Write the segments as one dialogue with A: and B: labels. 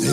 A: des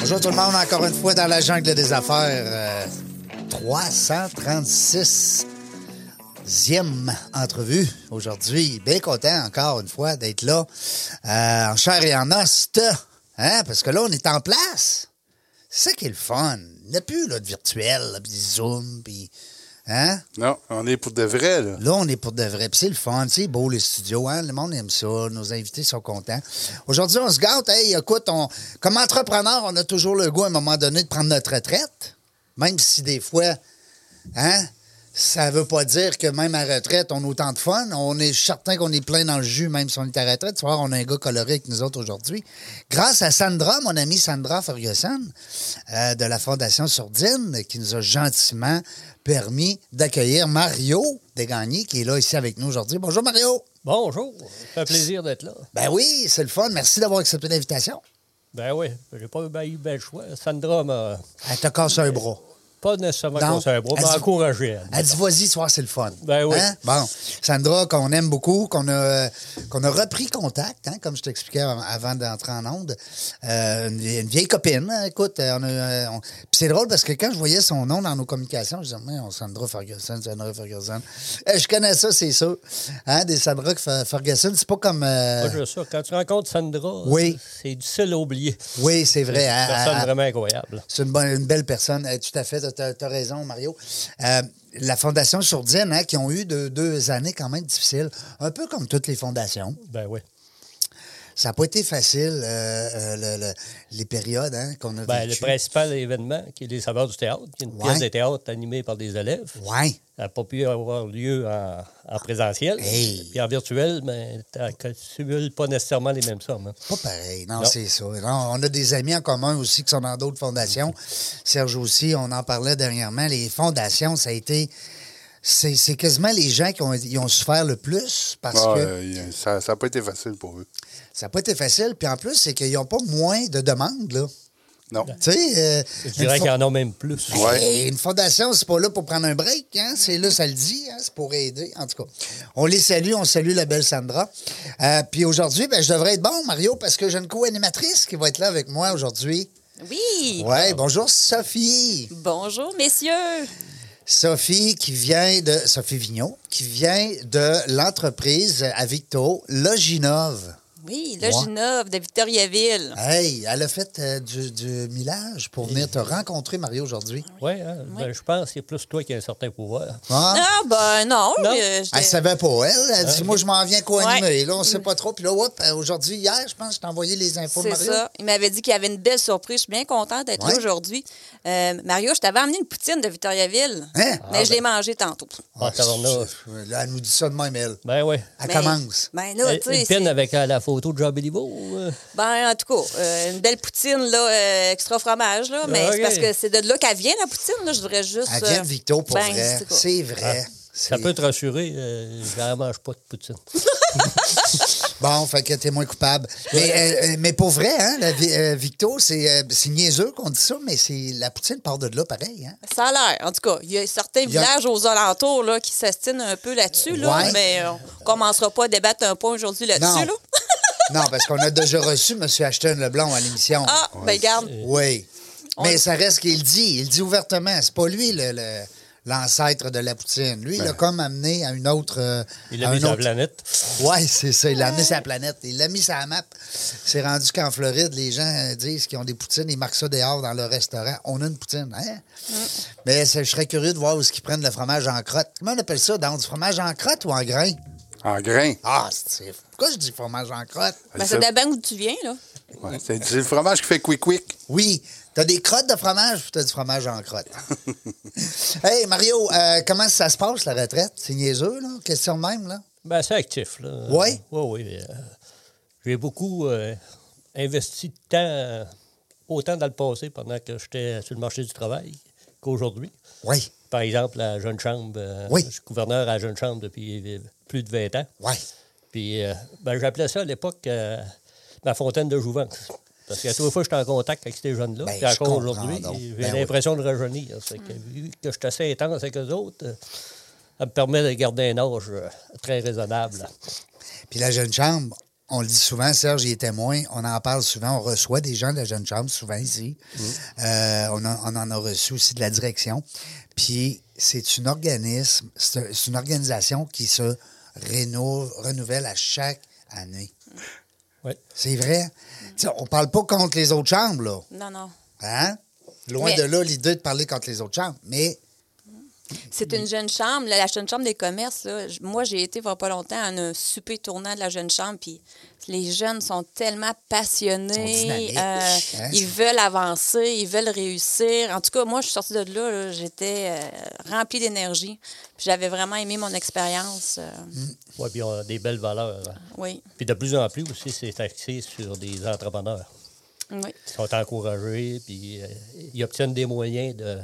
B: Bonjour tout le monde, encore une fois dans la jungle des affaires. euh, 336e entrevue e aujourd'hui. Bien content encore une fois d'être là euh, en chair et en os. t- Hein? Parce que là, on est en place. C'est ça qui est le fun. Il n'y a plus là, de virtuel, là, puis Zoom, puis... Hein?
C: Non, on est pour de vrai, là.
B: Là, on est pour de vrai. Puis c'est le fun, c'est beau les studios, hein? Le monde aime ça. Nos invités sont contents. Aujourd'hui, on se gâte. Hey, écoute, on, comme entrepreneur, on a toujours le goût à un moment donné de prendre notre retraite. Même si des fois, hein? Ça veut pas dire que même à retraite, on a autant de fun. On est certain qu'on est plein dans le jus, même si on est à retraite. Tu vois, on a un gars coloré avec nous autres aujourd'hui. Grâce à Sandra, mon amie Sandra Ferguson, euh, de la Fondation Sourdine, qui nous a gentiment permis d'accueillir Mario Desgagnés, qui est là ici avec nous aujourd'hui. Bonjour Mario.
D: Bonjour, ça fait plaisir d'être là.
B: Ben oui, c'est le fun. Merci d'avoir accepté l'invitation.
D: Ben oui, j'ai pas eu eu bel choix. Sandra m'a
B: Elle te casse Ah, un bras.
D: pas nécessairement
B: Non.
D: conseillé un bras,
B: Elle
D: m'a
B: dit-
D: encouragé. elle.
B: Elle dit vas-y, ce soir, c'est le fun.
D: Ben oui.
B: Hein? Bon, Sandra, qu'on aime beaucoup, qu'on a, qu'on a repris contact, hein, comme je t'expliquais av- avant d'entrer en onde. Euh, une, vieille- une vieille copine, hein, écoute. euh, on a, euh, on- Puis c'est drôle parce que quand je voyais son nom dans nos communications, je disais, Mais, on Sandra Ferguson, Sandra Ferguson. Euh, je connais ça, c'est sûr. Hein, des Sandra F- Ferguson, c'est pas comme. euh,
D: Pas juste ça. Quand tu rencontres Sandra,
B: Oui.
D: c'est difficile à oublier.
B: Oui, c'est vrai.
D: C'est
B: hein,
D: une personne
B: hein,
D: vraiment incroyable.
B: C'est une, bonne- une belle personne. Euh, Tout à fait, tu as, raison, Mario. Euh, la Fondation Sourdine, hein, qui ont eu de- deux années quand même difficiles, un peu comme toutes les fondations.
D: Ben oui.
B: Ça n'a pas été facile, euh, euh, le- le- les périodes hein, qu'on a
D: Ben, le
B: vécues.
D: principal événement, qui est les saveurs du théâtre, qui est une
B: Ouais.
D: pièce de théâtre animée par des élèves,
B: Ouais.
D: ça n'a pas pu avoir lieu en, en présentiel.
B: Hey.
D: Puis en virtuel, mais tu cumules pas nécessairement les mêmes sommes. hein.
B: Pas pareil, non,
D: Non.
B: c'est ça. Non, on a des amis en commun aussi qui sont dans d'autres fondations. Serge aussi, on en parlait dernièrement. Les fondations, ça a été. C'est c'est quasiment les gens qui ont, ils ont souffert le plus parce
C: Ah,
B: que.
C: euh, y- ça n'a pas été facile pour eux.
B: Ça n'a pas été facile. Puis en plus, c'est qu'ils n'ont pas moins de demandes, là.
C: Non.
B: Tu sais, euh,
D: Je dirais
B: une, fo-
D: qu'il y en a même plus.
C: Ouais.
B: Hey, une fondation, c'est pas là pour prendre un break, hein? C'est là, ça le dit, hein? C'est pour aider. En tout cas, on les salue, on salue la belle Sandra. Euh, puis aujourd'hui, ben, je devrais être bon, Mario, parce que j'ai une co-animatrice qui va être là avec moi aujourd'hui.
E: Oui.
B: Ouais, bonjour Sophie.
E: Bonjour, messieurs.
B: Sophie qui vient de Sophie Vignon, qui vient de l'entreprise à Victo, Loginov.
E: Oui,
B: Ouais.
E: Loginov de Victoriaville.
B: Hey, elle a fait euh, du, du millage pour venir te rencontrer, Mario, aujourd'hui.
D: Ouais, hein. Ben, je pense que c'est plus toi qui as un certain pouvoir.
B: Hein?
E: Ah, ben hein? non.
D: Non.
E: euh, j'étais-
B: Elle savait pas, elle. Elle dit, moi, je m'en viens co-animer. Là, on sait pas trop. Puis là, hop, aujourd'hui, hier, je pense, je t'ai envoyé les infos de
E: C'est
B: Mario.
E: ça. Il m'avait dit qu'il y avait une belle surprise. Je suis bien contente d'être
B: Ouais.
E: là aujourd'hui. Euh, Mario, je t'avais amené une poutine de Victoriaville.
B: Hein?
E: Mais
D: ben.
E: je l'ai mangée tantôt.
D: Ah, tabarnak.
B: Là, elle nous dit ça de même, elle.
D: Ben oui.
B: Elle
E: Mais-
B: commence.
E: Ben là,
D: Euh,
E: tu sais.
D: Une pin
E: c'est-
D: avec euh, la photo de Jean Béliveau. euh,
E: Ben, en tout cas, euh, une belle poutine, là, euh, extra fromage, là. Mais
D: Ah,
E: c'est
D: ok.
E: parce que c'est de là qu'elle vient, la poutine, là. Je voudrais juste.
B: Elle vient
E: euh,
B: de Victo, pour
E: ben,
B: vrai.
E: c'est quoi. Ah,
B: C'est vrai.
D: ça
B: C'est-
D: peut te rassurer, euh, je ne mange pas de poutine.
B: Bon, fait que t'es moins coupable. Mais, euh, euh, mais pour vrai, hein, la vi- euh, Victo, c'est euh, c'est niaiseux qu'on dit ça, mais c'est la poutine part de là pareil. Hein?
E: Ça a l'air. En tout cas, il y a certains
B: y a-
E: villages aux alentours là, qui s'astinent un peu là-dessus, là,
B: Ouais.
E: mais euh, on commencera pas à débattre un point aujourd'hui
B: Non.
E: là-dessus. Là.
B: non, parce qu'on a déjà reçu M. Ashton Leblanc à l'émission.
E: Ah, ben regarde.
B: Oui.
E: On-
B: Mais ça reste qu'il dit. Il dit ouvertement. C'est pas lui le- le- l'ancêtre de la poutine. Lui, il l'a comme amené à une autre. euh,
D: Ben. Il
B: à
D: a mis
B: un
D: sur la
B: autre-
D: planète.
B: Ouais, c'est ça. Il l'a amené sa planète. Il l'a mis sa map. C'est rendu qu'en Floride, les gens euh, disent qu'ils ont des poutines. Ils marquent ça dehors dans leur restaurant. On a une poutine. Hein? Mais ça, je serais curieux de voir où est-ce qu'ils prennent le fromage en crotte. Comment on appelle ça? Dans du fromage en crotte ou en grain?
C: En grain.
B: Ah, c'est. Pourquoi je dis fromage en crotte?
E: Ben, ça dépend où tu viens, là.
C: Ouais, C'est c'est le fromage qui fait quick quick.
B: Oui, T'as des crottes de fromage ou t'as du fromage en crotte? hey, Mario, euh, comment ça se passe, la retraite? C'est niaiseux, là? Question de même, là?
D: Ben, c'est actif, là.
B: Ouais?
D: Oui, oui. euh, J'ai beaucoup euh, investi de temps, euh, autant dans le passé, pendant que j'étais sur le marché du travail, qu'aujourd'hui.
B: Oui,
D: Par exemple, à Jeune Chambre, euh,
B: Oui.
D: je suis gouverneur à Jeune Chambre depuis euh, plus de 20 ans.
B: oui.
D: Puis, euh, ben, j'appelais ça à l'époque euh, ma fontaine de jouvence. Parce qu'à toutes les fois, j'étais en contact avec ces jeunes-là.
B: Ben,
D: puis
B: je
D: encore
B: comprends
D: aujourd'hui,
B: donc.
D: j'ai
B: Ben oui.
D: l'impression de rajeunir. C'est que, vu que je suis assez intense avec eux autres, euh, ça me permet de garder un âge euh, très raisonnable.
B: Puis la jeune chambre, on le dit souvent, Serge y est témoin, on en parle souvent, on reçoit des gens de la jeune chambre souvent ici. Euh, on, en- on en a reçu aussi de la direction. Puis c'est un organisme, c'est un- c'est une organisation qui se rénove, renouvelle à chaque année.
D: Oui.
B: C'est vrai. T'sais, on parle pas contre les autres chambres, là.
E: Non, non.
B: Hein? Loin
E: Mais-
B: de là l'idée de parler contre les autres chambres, mais
E: C'est une jeune chambre, là, la jeune chambre des commerces. là. J- Moi, j'ai été, il y a pas longtemps, à un souper tournant de la jeune chambre. Puis les jeunes sont tellement
B: Ils sont
E: passionnés. euh,
B: dynamiques, hein,
E: ils
B: ça.
E: veulent avancer, ils veulent réussir. En tout cas, moi, je suis sortie de là, là, j'étais euh, remplie d'énergie. Puis j'avais vraiment aimé mon expérience. euh,
D: Oui, puis on a des belles valeurs. hein.
E: Oui.
D: Puis de plus en plus aussi, c'est axé sur des entrepreneurs
E: Oui.
D: qui sont encouragés, puis euh, ils obtiennent des moyens de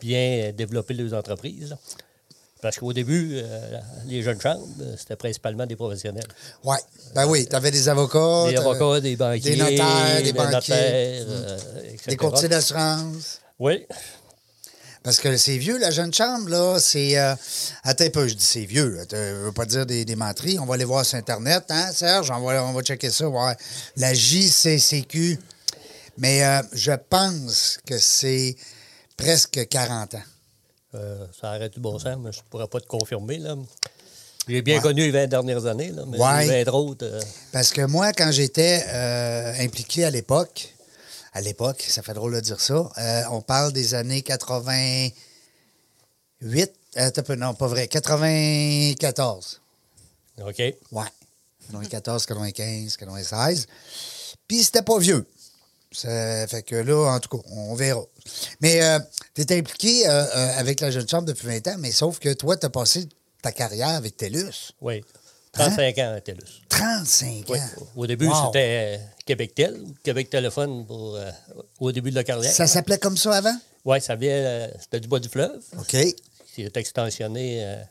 D: bien développer leurs entreprises. Parce qu'au début, euh, les jeunes chambres, euh, c'était principalement des professionnels.
B: ouais. Ben oui, tu avais des avocats,
D: Des
B: t'avais
D: avocats, des banquiers.
B: Ah, des notaires, des banquiers, mm.
D: notaires, euh, etc.
B: des courtiers d'assurance.
D: Oui,
B: Parce que c'est vieux, la jeune chambre, là. C'est. euh, Attends un peu, je dis c'est vieux. Attends, Je veux pas dire des, des menteries. On va aller voir sur Internet, hein, Serge? On va, on va checker ça. ouais. La JCCQ. Mais euh, je pense que c'est presque 40 ans.
D: euh, ça arrête du bon sens, mais je ne pourrais pas te confirmer. là. J'ai bien connu les 20 dernières années, là, mais
B: Ouais.
D: les 20 autres, euh,
B: Parce que moi, quand j'étais euh, impliqué à l'époque, à l'époque, ça fait drôle de dire ça, euh, on parle des années 88, euh, attends un peu, non, pas vrai, 94.
D: OK.
B: Ouais. 94, 95, 96. Puis c'était pas vieux. Ça fait que là, en tout cas, on verra. Mais tu étais impliqué euh, euh, avec la Jeune Chambre depuis 20 ans, mais sauf que toi, tu as passé ta carrière avec TELUS.
D: Oui. 35 ans à TELUS.
B: 35
D: Oui.
B: ans.
D: Au début,
B: Hein? Wow.
D: c'était euh, Québec Tel, Québec Téléphone pour, euh, au début de la carrière.
B: Ça s'appelait comme ça avant?
D: Oui, ça vient, euh, c'était du bas du fleuve.
B: OK.
D: C'est extensionné euh,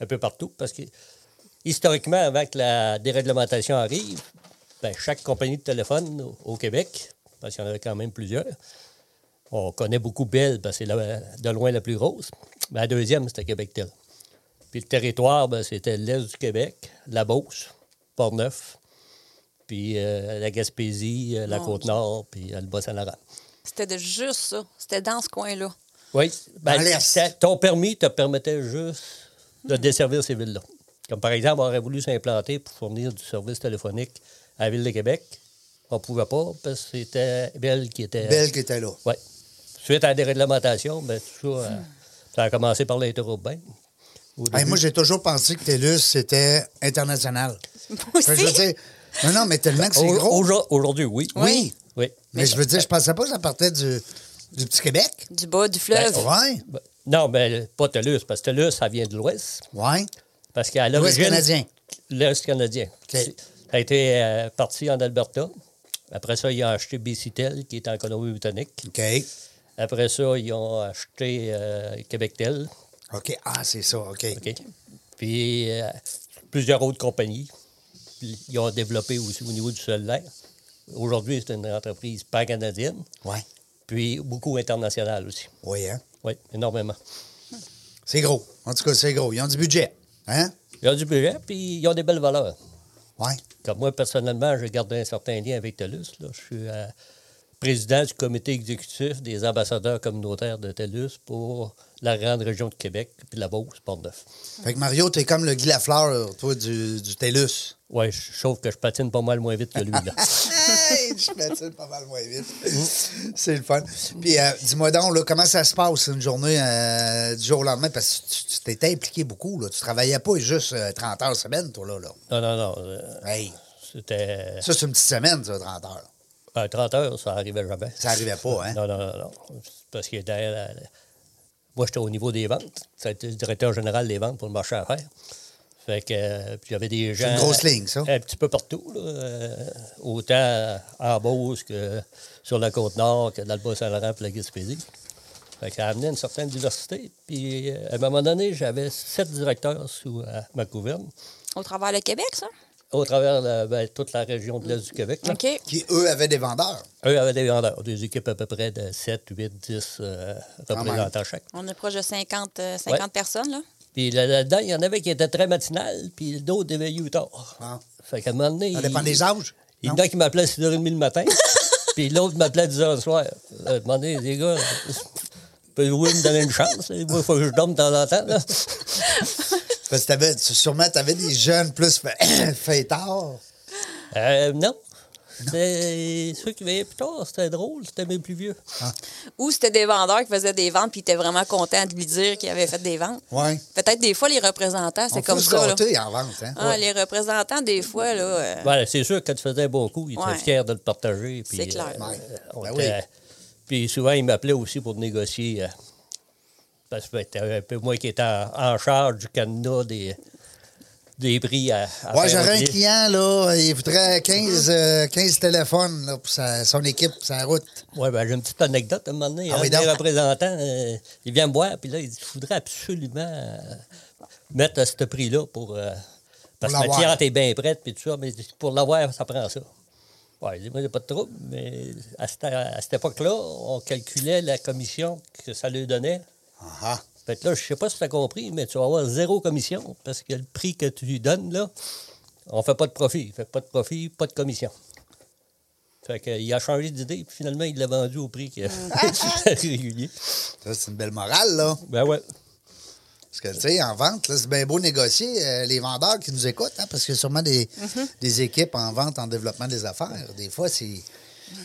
D: un peu partout parce que, historiquement, avant que la déréglementation arrive, ben, chaque compagnie de téléphone au, au Québec, parce qu'il y en avait quand même plusieurs, on connaît beaucoup Bell parce que c'est la- de loin la plus grosse. Ben, la deuxième, c'était Québec Tel. Puis le territoire, ben, c'était l'Est du Québec, la Beauce, Port-Neuf, puis euh, la Gaspésie, euh, la
E: Mon
D: Côte-Nord, puis euh, le Bas-Saint-Laurent.
E: C'était de juste ça. C'était dans ce coin-là.
D: Oui. ben,
B: Dans l'Est.
D: ta- ton permis te permettait juste de desservir ces villes-là. Comme par exemple, on aurait voulu s'implanter pour fournir du service téléphonique à la Ville de Québec. On ne pouvait pas parce que c'était Belle qui était.
B: Belle qui était là.
D: Oui. Suite à la déréglementation, ben, tout ça, euh, ça a commencé par l'interurbain. au
B: Hey,
D: début.
B: moi, j'ai toujours pensé que TELUS, c'était international.
E: Moi
B: Ben, Je veux
E: aussi.
B: dire, non, non, mais tellement que c'est
D: Au-
B: gros.
D: aujo- Aujourd'hui, oui.
B: Oui.
D: Oui.
B: Mais je veux dire, je pensais pas que ça partait du, du petit Québec.
E: Du bas du fleuve.
B: Ouais.
D: Ben, Non, mais pas TELUS, parce que TELUS, ça vient de l'Ouest.
B: Ouais.
D: Parce qu'à
B: L'Ouest
D: l'origine-
B: canadien.
D: L'Est canadien. C'est- Ça a été euh, parti en Alberta. Après ça, ils ont acheté BCTEL, qui est en Colombie-Britannique.
B: OK.
D: Après ça, ils ont acheté euh, QuébecTel.
B: OK. Ah, c'est ça. OK.
D: OK? Puis euh, plusieurs autres compagnies. Puis, ils ont développé aussi au niveau du solaire. Aujourd'hui, c'est une entreprise pan-canadienne,
B: Ouais.
D: puis beaucoup internationale aussi.
B: Oui, hein.
D: Oui, énormément.
B: C'est gros. En tout cas, c'est gros. Ils ont du budget. Hein?
D: Ils ont du budget, puis ils ont des belles valeurs.
B: Ouais.
D: Comme moi, personnellement, j'ai gardé un certain lien avec TELUS. là. Je suis euh, président du comité exécutif des ambassadeurs communautaires de TELUS pour la grande région de Québec, puis la Beauce, Port-Neuf.
B: Fait que Mario, t'es comme le Guy Lafleur, toi, du, du TELUS.
D: Oui, je- sauf que je patine pas mal moins vite que lui. Là.
B: Hey, je patine pas mal moins vite. C'est le fun. Puis, euh, dis-moi donc, là, comment ça se passe une journée euh, du jour au lendemain? Parce que tu- tu t'étais impliqué beaucoup. Là. Tu travaillais pas juste euh, 30 heures semaine, toi, là. là.
D: non, non, non. euh,
B: Hey,
D: C'était.
B: ça, c'est une petite semaine, ça, 30 heures.
D: À 30 heures, ça n'arrivait jamais.
B: Ça n'arrivait pas, hein?
D: Non, non, non, non. C'est Parce que derrière, la- la- moi, j'étais au niveau des ventes. Ça a été le directeur général des ventes pour le marché à faire. Fait que, euh, puis il y avait des gens.
B: une grosse ligne, ça.
D: Un petit peu partout, là. Euh, Autant en Beauce que sur la Côte-Nord, que dans le Bas-Saint-Laurent, puis la Gaspésie. Fait que ça amenait une certaine diversité. Puis, euh, à un moment donné, j'avais sept directeurs sous euh, ma gouverne,
E: Au travers le Québec, ça?
D: au travers de ben, toute la région de l'Est du Québec.
B: Ah.
D: là.
E: OK.
B: Qui, eux, avaient des vendeurs.
D: Eux avaient des vendeurs, des équipes à peu près de 7, 8, 10 euh, représentants chaque.
E: On est proche de 50, euh, 50
D: Ouais.
E: personnes, là.
D: Puis là- là-dedans, il y en avait qui étaient très matinales, puis d'autres des veillus tard.
B: Ah.
D: Fait qu'à un moment donné.
B: Ça
D: il-
B: dépend des âges.
D: Il y
B: non?
D: en a qui m'appelaient à 6h30 le matin, puis l'autre m'appelait à 10h le soir. Là, Je demandais, les gars, pouvez-vous me donner une chance? Moi, il faut que je dorme de temps en temps. là.
B: Parce que t'avais- tu- sûrement, tu avais des jeunes plus fait- fêtards.
D: Euh, non. C'est- Ceux qui veillaient plus tard, c'était drôle, c'était mes plus vieux.
E: Ou c'était des vendeurs qui faisaient des ventes puis ils étaient vraiment contents de lui dire qu'ils avaient fait des ventes.
B: Ouais.
E: Peut-être des fois, les représentants,
B: On
E: c'est comme
B: peut se
E: ça. là.
B: gâter en vente. Hein?
E: Ah, Les représentants, des fois, là, euh,
D: Voilà, Ben, c'est sûr que quand tu faisais beaucoup, ils étaient
E: Ouais.
D: fiers de le partager. puis,
E: C'est clair.
D: euh,
B: Ouais.
D: on
B: Ben
D: était-
B: oui.
D: Puis souvent, ils m'appelaient aussi pour négocier. euh, parce que c'était un peu moi qui étais en, en charge du Canada des, des prix à, à
B: Ouais,
D: faire
B: j'aurais un
D: oublier.
B: client, là, il voudrait 15, euh, 15 téléphones là, pour sa- son équipe, pour sa route.
D: Ouais, ben, j'ai une petite anecdote à un moment donné.
B: Ah
D: un
B: oui,
D: des
B: donc.
D: représentants, euh, il vient me voir, puis là, il dit Je voudrais absolument euh, mettre à ce prix-là pour. euh,
B: Pour
D: parce que ma
B: l'avoir.
D: cliente est bien prête, puis tout ça, mais pour l'avoir, ça prend ça. Ouais, il dit Moi, j'ai pas de trouble, mais à cette, à cette époque-là, on calculait la commission que ça lui donnait.
B: Ah,
D: Fait que là, je sais pas si tu as compris, mais tu vas avoir zéro commission, parce que le prix que tu lui donnes, là, on fait pas de profit. Fait que pas de profit, pas de commission. Fait que, il a changé d'idée, puis finalement, il l'a vendu au prix qui est régulier.
B: ça, c'est une belle morale, là.
D: Ben ouais.
B: Parce que, tu sais, en vente, là, c'est bien beau négocier euh, les vendeurs qui nous écoutent, hein, parce qu'il y a sûrement des,
E: Mhm.
B: des équipes en vente, en développement des affaires. Des fois, c'est.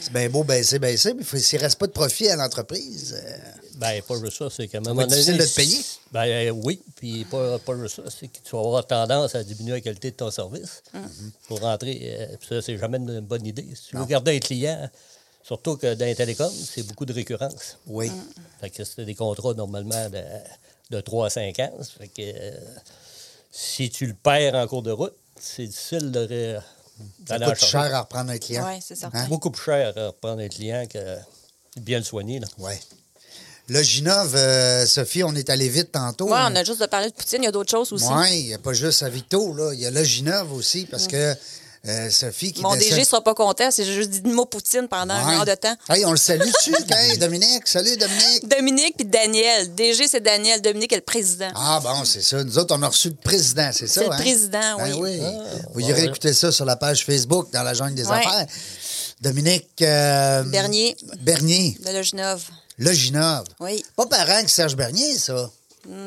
B: C'est bien beau baisser, baisser, mais faut- s'il ne reste pas de profit à l'entreprise, euh,
D: Ben, pas juste ça, c'est qu'à un moment
B: va être difficile de te payer.
D: Ben euh, oui, puis pas, pas juste ça, c'est que tu vas avoir tendance à diminuer la qualité de ton service
B: Mhm.
D: pour rentrer. euh, puis ça, c'est jamais une une bonne idée. Si tu veux garder un client, surtout que dans les télécoms, c'est beaucoup de récurrence.
E: Mhm.
B: oui.
D: Fait que c'était des contrats normalement de, de 3 à 5 ans. Ça Fait que euh, si tu le perds en cours de route, c'est difficile de ré-
B: Ça
D: d'aller en
B: coûte
D: charge.
B: cher hein? à reprendre un client.
E: Ouais, c'est certain.
D: Beaucoup plus cher à reprendre un client que de bien le soigner. Là.
B: Oui. Là, Ginov, euh, Sophie, on est allé vite tantôt. hein.
E: ouais, on a juste de parler de Poutine, il y a d'autres choses aussi.
B: Oui, il n'y a pas juste à Victo, là. Il y a là Ginov aussi, parce que euh, Sophie qui
E: Mon
B: décède-
E: DG sera pas content si j'ai juste dit le mot Poutine pendant
B: Ouais.
E: un heure de temps.
B: Hey, on le salue dessus, hey, Dominique. Salut, Dominique.
E: Dominique puis Daniel. DG, c'est Daniel. Dominique est le président.
B: Ah, bon, c'est ça. Nous autres, on a reçu le président, c'est ça?
E: C'est le
B: hein?
E: président,
B: Ben
E: oui. Ah,
B: Vous irez
D: ouais.
B: écouter ça sur la page Facebook, dans la jungle des
E: Ouais.
B: affaires. Dominique. euh,
E: Bernier.
B: Bernier,
E: De Loginov.
B: là, Ginov.
E: Oui.
B: Pas parent que Serge Bernier, ça.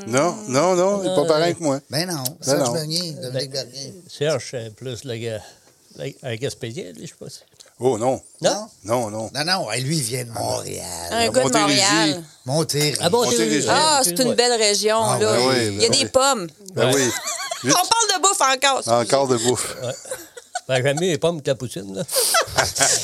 C: Non, non, non, il n'est pas pareil que moi.
B: Ben non, Serge
C: non.
B: Bernier, Dominique
E: Ben,
B: Bernier.
D: Serge, c'est plus le, gars- le- un Gaspésien, lui, je sais pas. si-
C: Oh non,
D: Non?
C: non, non.
B: Non, non, hey, lui, il vient de Montréal.
E: Un gars de
C: Montérégie.
E: Montréal.
B: Monterrey.
D: Ah bon,
C: Montérégie.
D: Thierry,
E: Ah, c'est
D: excuse-moi.
E: une belle région,
B: Ah,
E: là.
C: ben oui,
E: Il y a
C: ben
E: des
C: oui.
E: pommes.
C: Ben
D: Ouais.
C: oui.
E: On
C: Juste
E: parle de bouffe encore. excusez.
C: encore de bouffe.
D: Ben, j'aime mieux les pommes que la poutine. Là.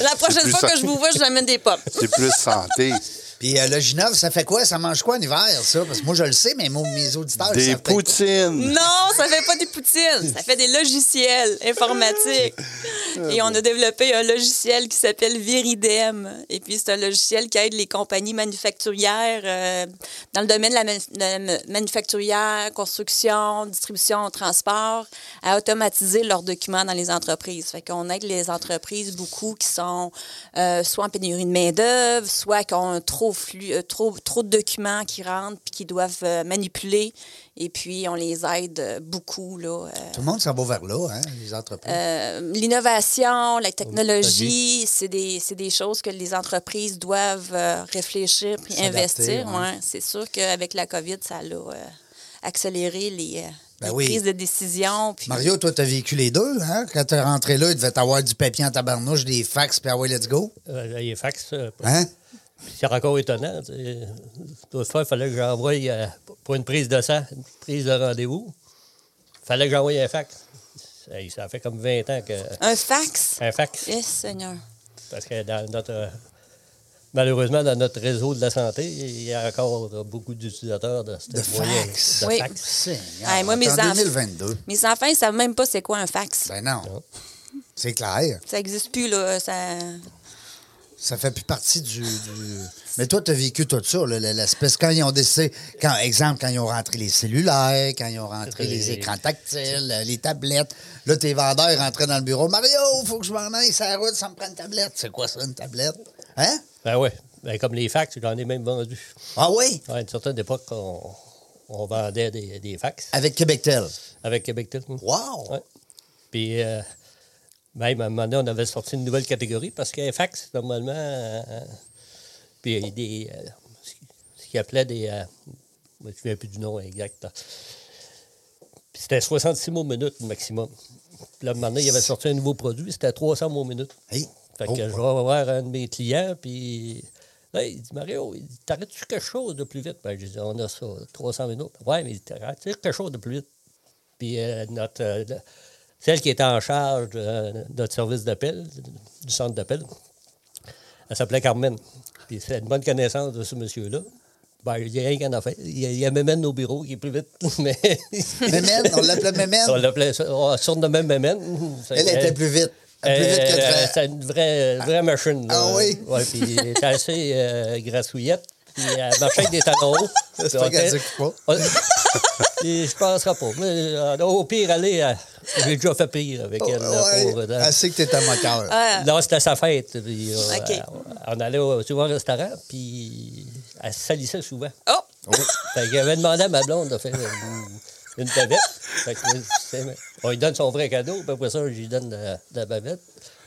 E: La prochaine
C: plus
E: fois que
C: ça.
E: je vous vois, je vous amène des pommes.
C: C'est plus santé.
B: Puis euh, le Ginov, ça fait quoi? Ça mange quoi en hiver, ça? Parce que moi, je le sais, mais moi, mes auditeurs, ils
C: Des
B: savent peut-être
C: poutines.
E: Non, ça fait pas des poutines, ça fait des logiciels informatiques. Et on a développé un logiciel qui s'appelle Viridem. Et puis, c'est un logiciel qui aide les compagnies manufacturières euh, dans le domaine de la, manu- de la ma- manufacturière, construction, distribution, transport, à automatiser leurs documents dans les entreprises. Fait qu'on aide les entreprises beaucoup qui sont euh, soit en pénurie de main-d'œuvre, soit qui ont un trop, flux, euh, trop, trop de documents qui rentrent puis qui doivent euh, manipuler. Et puis, on les aide euh, beaucoup. Là, euh,
B: Tout le monde s'en va vers là, hein, les entreprises.
E: euh, L'innovation, la technologie, c'est des, c'est des choses que les entreprises doivent euh, réfléchir puis
B: S'adapter,
E: investir.
B: ouais.
E: ouais. C'est sûr qu'avec la COVID, ça l'a euh, accéléré les, euh,
B: Ben
E: les
B: oui.
E: prises de décision. Puis...
B: Mario, toi, t'as vécu les deux, hein? Quand t'es rentré là, il devait t'avoir du papier en tabarnouche, des fax, puis ah ouais, let's go.
D: Euh, les fax, euh,
B: Hein?
D: C'est encore étonnant. tu sais. L'autre fois, il fallait que j'envoie euh, pour une prise de sang, une prise de rendez-vous. Il fallait que j'envoie un fax. Hey, Ça fait comme 20 ans que.
E: Un fax?
D: Un fax.
E: Yes, Seigneur.
D: Parce que dans notre. euh, Malheureusement, dans notre réseau de la santé, il y a encore beaucoup d'utilisateurs de ce
B: De
D: moyen.
B: fax.
D: De
E: Oui.
D: fax.
B: Seigneur,
E: Hey, moi,
B: on est
E: mes
B: en
E: enfants-
B: 2022.
E: Mes enfants, ils savent même pas c'est quoi un fax.
B: Ben non.
E: Oh.
B: C'est clair.
E: Ça n'existe plus, là. Ça...
B: Ça fait plus partie du. du- Mais toi, tu as vécu tout ça, là, l'espèce. Quand ils ont décidé. Quand, exemple, quand ils ont rentré les cellulaires, quand ils ont rentré les écrans tactiles, euh, les tablettes. Là, tes vendeurs rentraient dans le bureau. Mario, faut que je m'en aille, ça route, ça me prend une tablette. C'est quoi ça, une tablette? Hein?
D: Ben oui. Ben, comme les fax, j'en ai même vendu.
B: Ah oui?
D: À une certaine époque, on, on vendait des, des fax
B: Avec QuébecTel.
D: avec Québec Tel.
B: Wow!
D: Ouais. Puis, euh, même à un moment donné, on avait sorti une nouvelle catégorie parce qu'un fax, normalement, euh, euh, puis il y a des, euh, ce qui- ce qu'ils appelaient des. euh, je ne me souviens plus du nom exact. là. Puis C'était 66 mots minutes maximum. Puis là, à un moment donné, il avait sorti un nouveau produit, c'était 300 mots minutes.
B: Hey.
D: Fait
B: Oh.
D: que je vais voir un de mes clients, puis là, il dit Mario, il dit, t'arrêtes-tu quelque chose de plus vite Ben, je dis On a ça, 300 minutes. Ouais, mais il dit, t'arrêtes-tu quelque chose de plus vite Puis euh, notre, euh, le- celle qui était en charge de euh, notre service d'appel, du centre d'appel, elle s'appelait Carmen. Puis c'est une bonne connaissance de ce monsieur-là. Ben, il n'y a rien qu'en a fait. Il y a, il y a Mémène au bureau qui est plus vite. Mais...
B: Mémène, on l'appelait Mémène.
D: On l'appelait, ça- on surnommait Mémène.
B: Elle était plus vite. Plus vite que
D: Euh,
B: très-
D: C'est une vraie, vraie machine. là.
B: Ah oui?
D: Ouais, puis elle était assez euh, grassouillette. Puis elle marchait avec des talons hauts.
B: C'est pas qu'elle s'occupe pas.
D: On- Puis je penserais pas. Mais, euh, au pire, aller, j'ai déjà fait pire avec elle. là,
B: Ouais,
D: pauvre, dans-
B: elle sait que t'es un moqueur.
E: Ah,
D: Là, c'était sa fête. puis, euh,
E: OK.
D: On allait au- souvent au restaurant, puis elle se salissait souvent.
E: Oh!
D: Fait qu'il avait demandé à ma blonde de faire une- une bavette. Fait que là, c'est- on lui donne son vrai cadeau, puis après ça, je lui donne la, la bavette.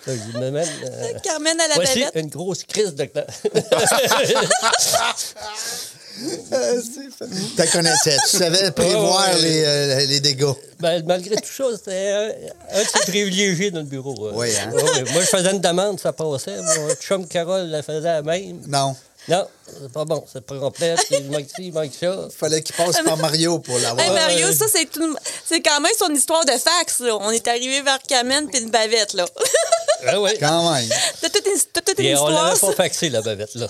D: Là, je lui dis, Maman, euh,
E: Carmen à la
D: voici euh,
E: bavette.
D: une grosse crise de...
B: T'as connaissais. Tu savais prévoir
D: Ouais, ouais.
B: les, euh, les dégâts.
D: Ben, malgré tout ça, c'était un, un de ses privilégiés dans le bureau. euh.
B: Oui, hein?
D: Ouais, ouais. Moi, je faisais une demande, ça passait. Mon chum Carole la faisait la même.
B: Non.
D: Non, c'est pas bon, c'est pas complet. Il manque ci, il manque ça.
B: Fallait qu'il passe par Mario pour l'avoir.
E: Hey, Mario,
D: ouais.
E: ça, c'est tout... c'est quand même son histoire de fax. là. On est arrivé vers Carmen puis une bavette. là.
D: Ah oui.
B: Quand même.
E: T'as toute une, t'as toute une
D: Et on
E: histoire.
D: l'avait
E: ça.
D: pas faxé, la bavette, là.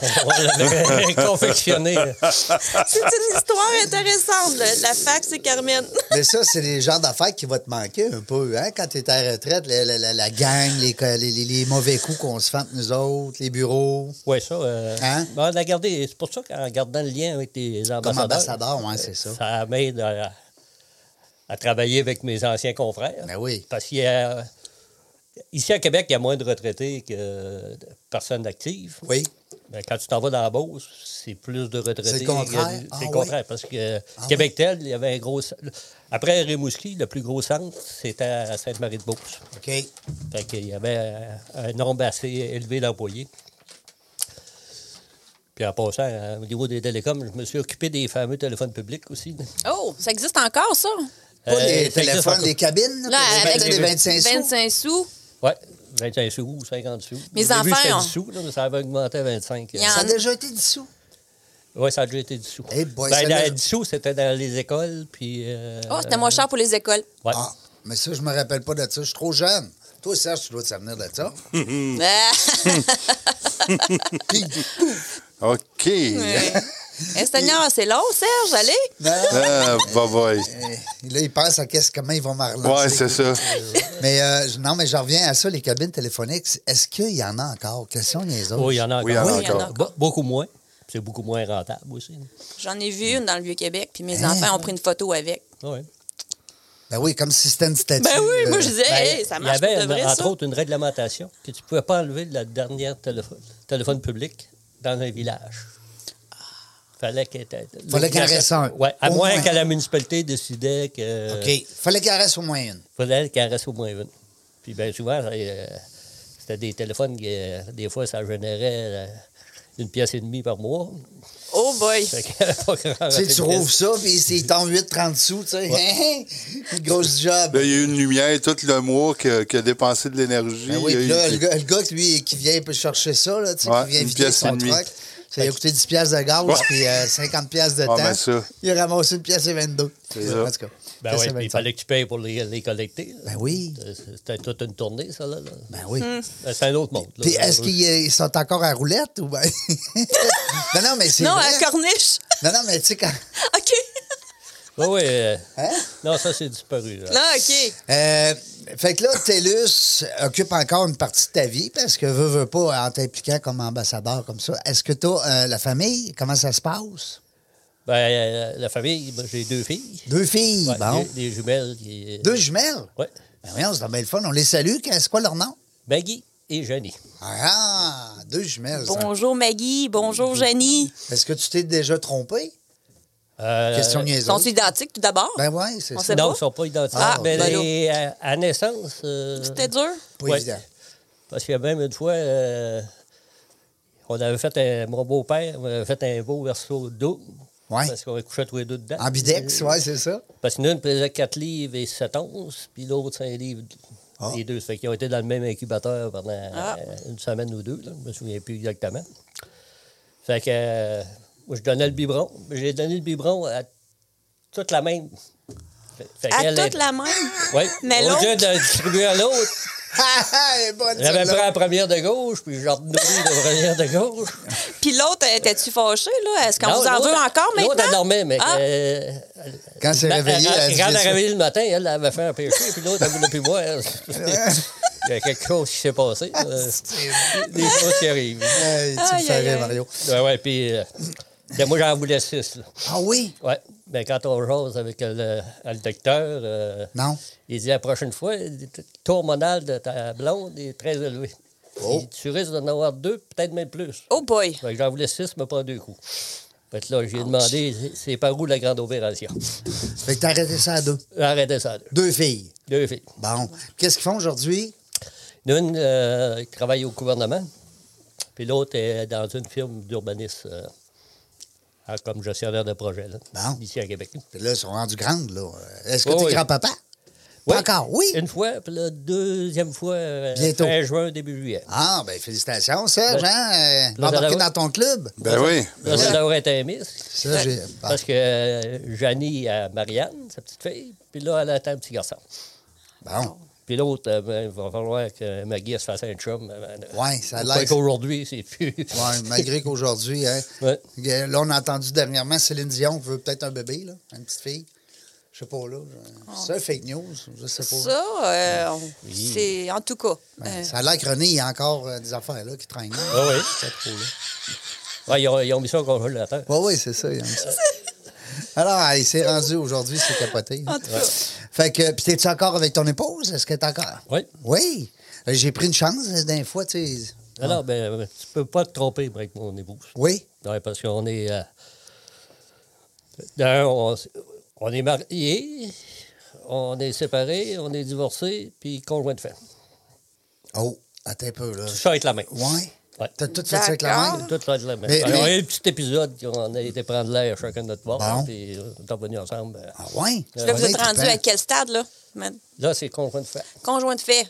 D: On l'avait confectionné.
E: C'est une histoire intéressante, le- la fax et Carmen.
B: Mais ça, c'est les genres d'affaires qui vont te manquer un peu, hein? Quand t'es à la retraite, la, la- la- la gang, les, co- les- les- les mauvais coups qu'on se fente nous autres, les bureaux.
D: Oui, ça. euh,
B: Hein?
D: ben, on l'a gardé. C'est pour ça qu'en gardant le lien avec les ambassadeurs.
B: Comme ambassadeur, ouais, c'est ça.
D: Ça m'aide à, à travailler avec mes anciens confrères.
B: Ben oui.
D: Parce qu'il y a. Ici, à Québec, il y a moins de retraités que de personnes actives.
B: Oui.
D: Ben, quand tu t'en vas dans la Beauce, c'est plus de retraités.
B: C'est le contraire?
D: que- C'est
B: Ah
D: le
B: oui? Ah
D: contraire, parce que Québec tel, il y avait un gros... Après Rimouski, le plus gros centre, c'était à Sainte-Marie-de-Beauce.
B: OK.
D: Fait qu'il y avait euh, un nombre assez élevé d'employés. Puis en passant, euh, au niveau des télécoms, je me suis occupé des fameux téléphones publics aussi.
E: Oh, ça existe encore, ça?
B: Pas les
D: Euh, ça existe
B: téléphones,
D: encore.
B: les cabines, là,
E: Là,
B: pour les
E: avec
B: mettre les 25 sous.
E: 25 sous.
D: Oui, 25 sous ou 50 sous.
E: Mes
D: Au début,
E: enfants,
D: c'était
E: on-
D: 10 sous, là, mais ça avait augmenté à 25.
E: Il y en
B: Ça a déjà été dissous.
D: Oui, ça a déjà été 10 sous.
B: Eh boy,
D: Ben,
B: ça
D: dans-
B: l'a-
D: 10 sous, c'était dans les écoles, puis... euh,
E: Oh, c'était moins cher pour les écoles.
D: ouais.
B: Ah, mais ça, je me rappelle pas de ça. Je suis trop jeune. Toi, Serge, tu dois te souvenir de ça.
E: Ah,
C: OK.
E: ouais. Eh, Seigneur, c'est long, Serge, allez.
B: Non.
C: Ah, bah, boy.
B: Hein? Là, il pense à qu'est-ce, comment ils vont me relancer.
C: Ouais, c'est ça.
B: Mais euh, je- non, mais je reviens à ça, les cabines téléphoniques. Est-ce qu'il y en a encore? Question des autres.
D: Oui, Oh, il y en a encore.
C: Oui, il y en a
E: Oui, il y en a encore. encore.
D: Be- Beaucoup moins. C'est beaucoup moins rentable aussi.
E: J'en ai vu une dans le Vieux-Québec, puis mes
B: Hein?
E: enfants ont pris une photo avec.
D: Ouais.
B: Ben oui, comme si c'était une statue.
E: Ben oui,
B: euh,
E: moi, je disais,
D: Ben,
E: hey, ça marche
D: Il y avait,
E: pour de vrai,
D: entre
E: ça.
D: autres, une réglementation que tu ne pouvais pas enlever la dernière téléphone, téléphone public dans un village.
E: Ah.
D: Fallait qu'elle était-
B: Fallait qu'il en reste un.
D: Ouais, à
B: Au
D: moins
B: moins.
D: que la municipalité décidait que
B: OK. Fallait qu'il en reste au moins une.
D: fallait qu'elle reste au moins une. Puis bien souvent, ça, euh, c'était des téléphones que euh, des fois ça générait euh, une pièce et demie par mois.
E: Oh boy.
D: Fait qu'il y avait pas grand-
B: Tu sais, tu rouvres ça, puis c'est ton 8,30 sous, tu sais. Hein? Grosse job.
C: Là, il y a eu une lumière tout le mois qui a, qui a dépensé de l'énergie.
B: Ben oui,
C: Il y a
B: puis
C: eu-
B: là, le gars, le gars, lui, qui vient peut chercher ça, là, tu sais,
C: Ouais,
B: qui vient
C: une
B: vider
C: pièce
B: son
C: et demie.
B: truck, Ça lui a coûté 10 pièces de gaz,
C: Ouais.
B: puis euh, 50 pièces de
C: Ah,
B: temps.
C: ben ça.
B: Il a ramassé une pièce et 22.
C: C'est ça.
B: En tout cas,
D: Ben
B: pièce et
D: oui, puis il
B: 25.
D: fallait que tu payes pour les, les collecter. là.
B: Ben oui,
D: Euh, C'était toute une tournée, ça, là. là.
B: ben oui.
E: Hmm.
D: Euh, C'est un autre monde. là.
B: Puis est-ce qu'ils euh, sont encore à roulette ou ben... non, non, mais c'est
E: Non,
B: vrai.
E: à Corniche.
B: Non, non, mais tu sais, quand...
E: OK.
D: Oui, oui. euh,
B: Hein?
D: Non, ça, c'est disparu. là.
E: Non, OK.
B: Euh, fait que là, TELUS occupe encore une partie de ta vie parce que veux, veux pas, en t'impliquant comme ambassadeur comme ça. Est-ce que t'as euh, la famille? Comment ça se passe?
D: Ben, euh, la famille, ben, j'ai deux filles.
B: Deux filles,
D: Ouais,
B: bon.
D: des, des jumelles. Qui, euh,
B: Deux jumelles?
D: Ouais.
B: Ben voyons, c'est donc bien le fun. On les salue. Qu'est- C'est quoi leur nom?
D: Maggie et Jenny.
B: Ah, ah, deux jumelles. ça.
E: Bonjour Maggie, bonjour Jenny.
B: Est-ce que tu t'es déjà trompé?
D: Euh,
B: Question
E: Ils
B: niaiseuse.
E: sont identiques tout d'abord.
B: Ben oui, c'est
E: On
B: ça.
E: sait
D: Non,
E: pas?
D: ils sont pas identiques.
E: Ah,
D: mais
E: ben
D: les- à, à naissance. euh,
E: C'était dur.
B: Pas
D: ouais.
B: évident.
D: Parce qu'il y a même une fois, euh, on avait fait un, mon beau-père avait fait un beau verso d'eau.
B: Ouais.
D: Parce qu'on avait couché tous les deux dedans.
B: En bidex, ouais, c'est ça.
D: Parce que l'une pesait 4 livres et 7 onces, puis l'autre 5 livres.
B: Ah.
D: Les deux. Fait qu'ils ont été dans le même incubateur pendant
E: Ah.
D: euh, une semaine ou deux. Là. Je me souviens plus exactement. Fait que euh, moi, je donnais le biberon. J'ai donné le biberon à toute la même. Fait- fait
E: À
D: qu'elle,
E: toute
D: elle-
E: la même.
D: Oui.
E: Mais
D: Au lieu
E: l'autre-
D: de le distribuer à l'autre,
B: Ah, ah, elle est bonne,
D: j'avais pris
B: celle-là.
D: la première de gauche, puis je leur nourris la première de gauche.
E: Puis l'autre, étais-tu fâchée, là? Est-ce qu'on
D: Non,
E: vous en
D: l'autre-
E: veut encore
D: L'autre, elle
E: maintenant?
D: dormait, mais.
E: Ah.
D: euh,
B: Quand c'est
D: Ben,
B: réveillé,
D: elle-
B: elle a dit
D: elle- quand elle
B: ça.
D: a réveillé le matin, elle, elle avait fait un péché, puis l'autre, elle voulait plus boire. Il y a quelque chose qui s'est passé. euh, Des choses qui arrivent.
B: Hey, tu me
E: Aïe,
B: fais
E: aïe,
B: rire,
E: aïe.
B: Mario.
D: Ouais, ouais, puis euh, ben, moi, j'en voulais six. Là.
B: Ah oui?
D: Ouais. Ben, quand on jase avec le, le docteur, euh,
B: Non.
D: il dit la prochaine fois, le taux hormonal de ta blonde est très élevé.
B: Oh.
D: Il dit, tu risques d'en avoir deux, peut-être même plus.
E: Oh boy.
D: Fait que j'en voulais six, mais pas deux coups. Fait que là, j'ai demandé, c'est- c'est par où la grande opération?
B: Fait que t'as arrêté ça à deux.
D: Arrêtez ça, deux.
B: Deux filles.
D: Deux filles.
B: Bon. Qu'est-ce qu'ils font aujourd'hui?
D: L'une euh, travaille au gouvernement, puis l'autre est dans une firme d'urbanisme euh, ah, comme gestionnaire de projet, là,
B: Bon.
D: ici à Québec.
B: Puis là, ils sont rendus grandes, là. Est-ce que
D: Oui,
B: t'es
D: oui.
B: grand-papa?
D: Ouais.
B: Pas encore, oui.
D: Une fois, puis la deuxième fois, euh,
B: Bientôt.
D: fin juin, début juillet.
B: Ah, ben félicitations, Serge, hein? Euh,
D: Là,
B: embarqué
D: ça va.
B: dans ton club.
C: Ben oui.
D: Là, ça devrait être un miss,
B: Ça, j'ai... bon.
D: parce que euh, Janie a Marianne, sa petite fille, puis là, elle attend un petit garçon.
B: Bon.
D: Puis l'autre, euh, ben, il va falloir que Maggie elle se fasse un chum. euh,
B: Ouais, ça a
D: Fait
B: l'air...
D: qu'aujourd'hui, c'est plus...
B: Ouais, malgré qu'aujourd'hui, hein,
D: Ouais.
B: là, on a entendu dernièrement Céline Dion veut peut-être un bébé, là, une petite fille. Je sais pas, là. C'est un fake news, je sais pas.
E: Oh. Ça, euh, on- c'est en tout cas.
B: Ouais,
E: euh,
B: Ça a l'air que René, il y a encore euh, des affaires, là, qui traînent.
D: Ah oui.
B: Pas trop, là.
D: Ouais, ils, ont, ils ont mis ça au congélateur.
B: Oui, oui, c'est ça. il aime ça. Alors, il s'est rendu aujourd'hui, c'est capoté.
E: en tout cas.
B: Fait que, puis t'es-tu encore avec ton épouse? Est-ce que t'es encore?
D: Oui.
B: Oui. Euh, J'ai pris une chance euh, d'un fois, tu sais.
D: Alors, ben, tu peux pas te tromper avec mon épouse.
B: Oui.
D: Ouais, parce qu'on est. euh, d'un, on, on est mariés, on est séparés, on est divorcés, puis conjoint de fait.
B: Oh, attends un peu, là.
D: Tout ça avec la main.
B: Ouais.
D: Ouais.
B: T'as tout fait ça avec la main?
E: D'accord.
D: Tout ça avec la main.
B: Ah. Mais-
D: Alors,
B: mais-
D: Il y a eu un petit épisode qu'on a été prendre l'air chacun de notre bord,
B: Bon.
D: puis euh, on est revenus ensemble. euh.
B: Ah, ouais.
E: Là, vous
B: Ouais,
E: êtes
B: tu
E: rendu
B: parles.
E: à quel stade, là? Ma-
D: Là, c'est conjoint de fait.
E: Conjoint de fait.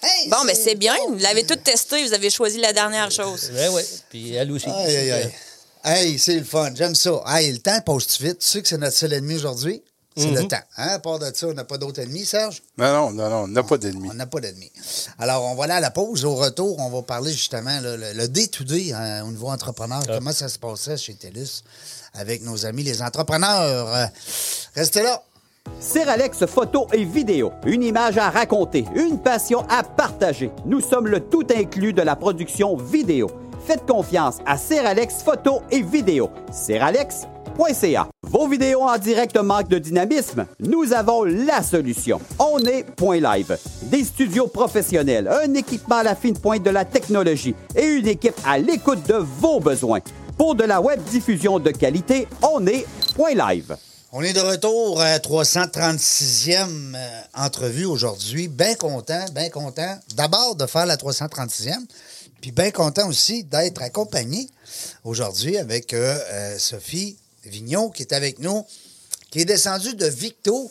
B: Hey,
E: Bon, mais c'est bien. Vous l'avez tout testé. Vous avez choisi la dernière chose.
D: Ben oui, puis elle aussi.
B: Aïe, aïe, aïe. Hey, c'est le fun. J'aime ça. Hey, le temps passe-tu vite? Tu sais que c'est notre seul ennemi aujourd'hui? C'est le temps. Hein? À part de ça, on n'a pas d'autre ennemi, Serge?
C: Non, non, non, non, on n'a pas d'ennemis.
B: On n'a pas d'ennemis. Alors, on va aller à la pause. Au retour, on va parler justement là, le, le day-to-day hein, au niveau entrepreneur. Comment ça se passait chez TELUS avec nos amis les entrepreneurs. Euh, restez là.
F: Alex photo et vidéo. Une image à raconter, une passion à partager. Nous sommes le tout inclus de la production vidéo. Faites confiance à Alex photo et vidéo. Seralex.ca. Vos vidéos en direct manquent de dynamisme? Nous avons la solution. On est Point Live. Des studios professionnels, un équipement à la fine pointe de la technologie et une équipe à l'écoute de vos besoins. Pour de la web diffusion de qualité, on est Point Live.
B: On est de retour à 336e euh, entrevue aujourd'hui. Bien content, bien content d'abord de faire la 336e, puis bien content aussi d'être accompagné aujourd'hui avec euh, euh, Sophie Vignon qui est avec nous, qui est descendue de Victo.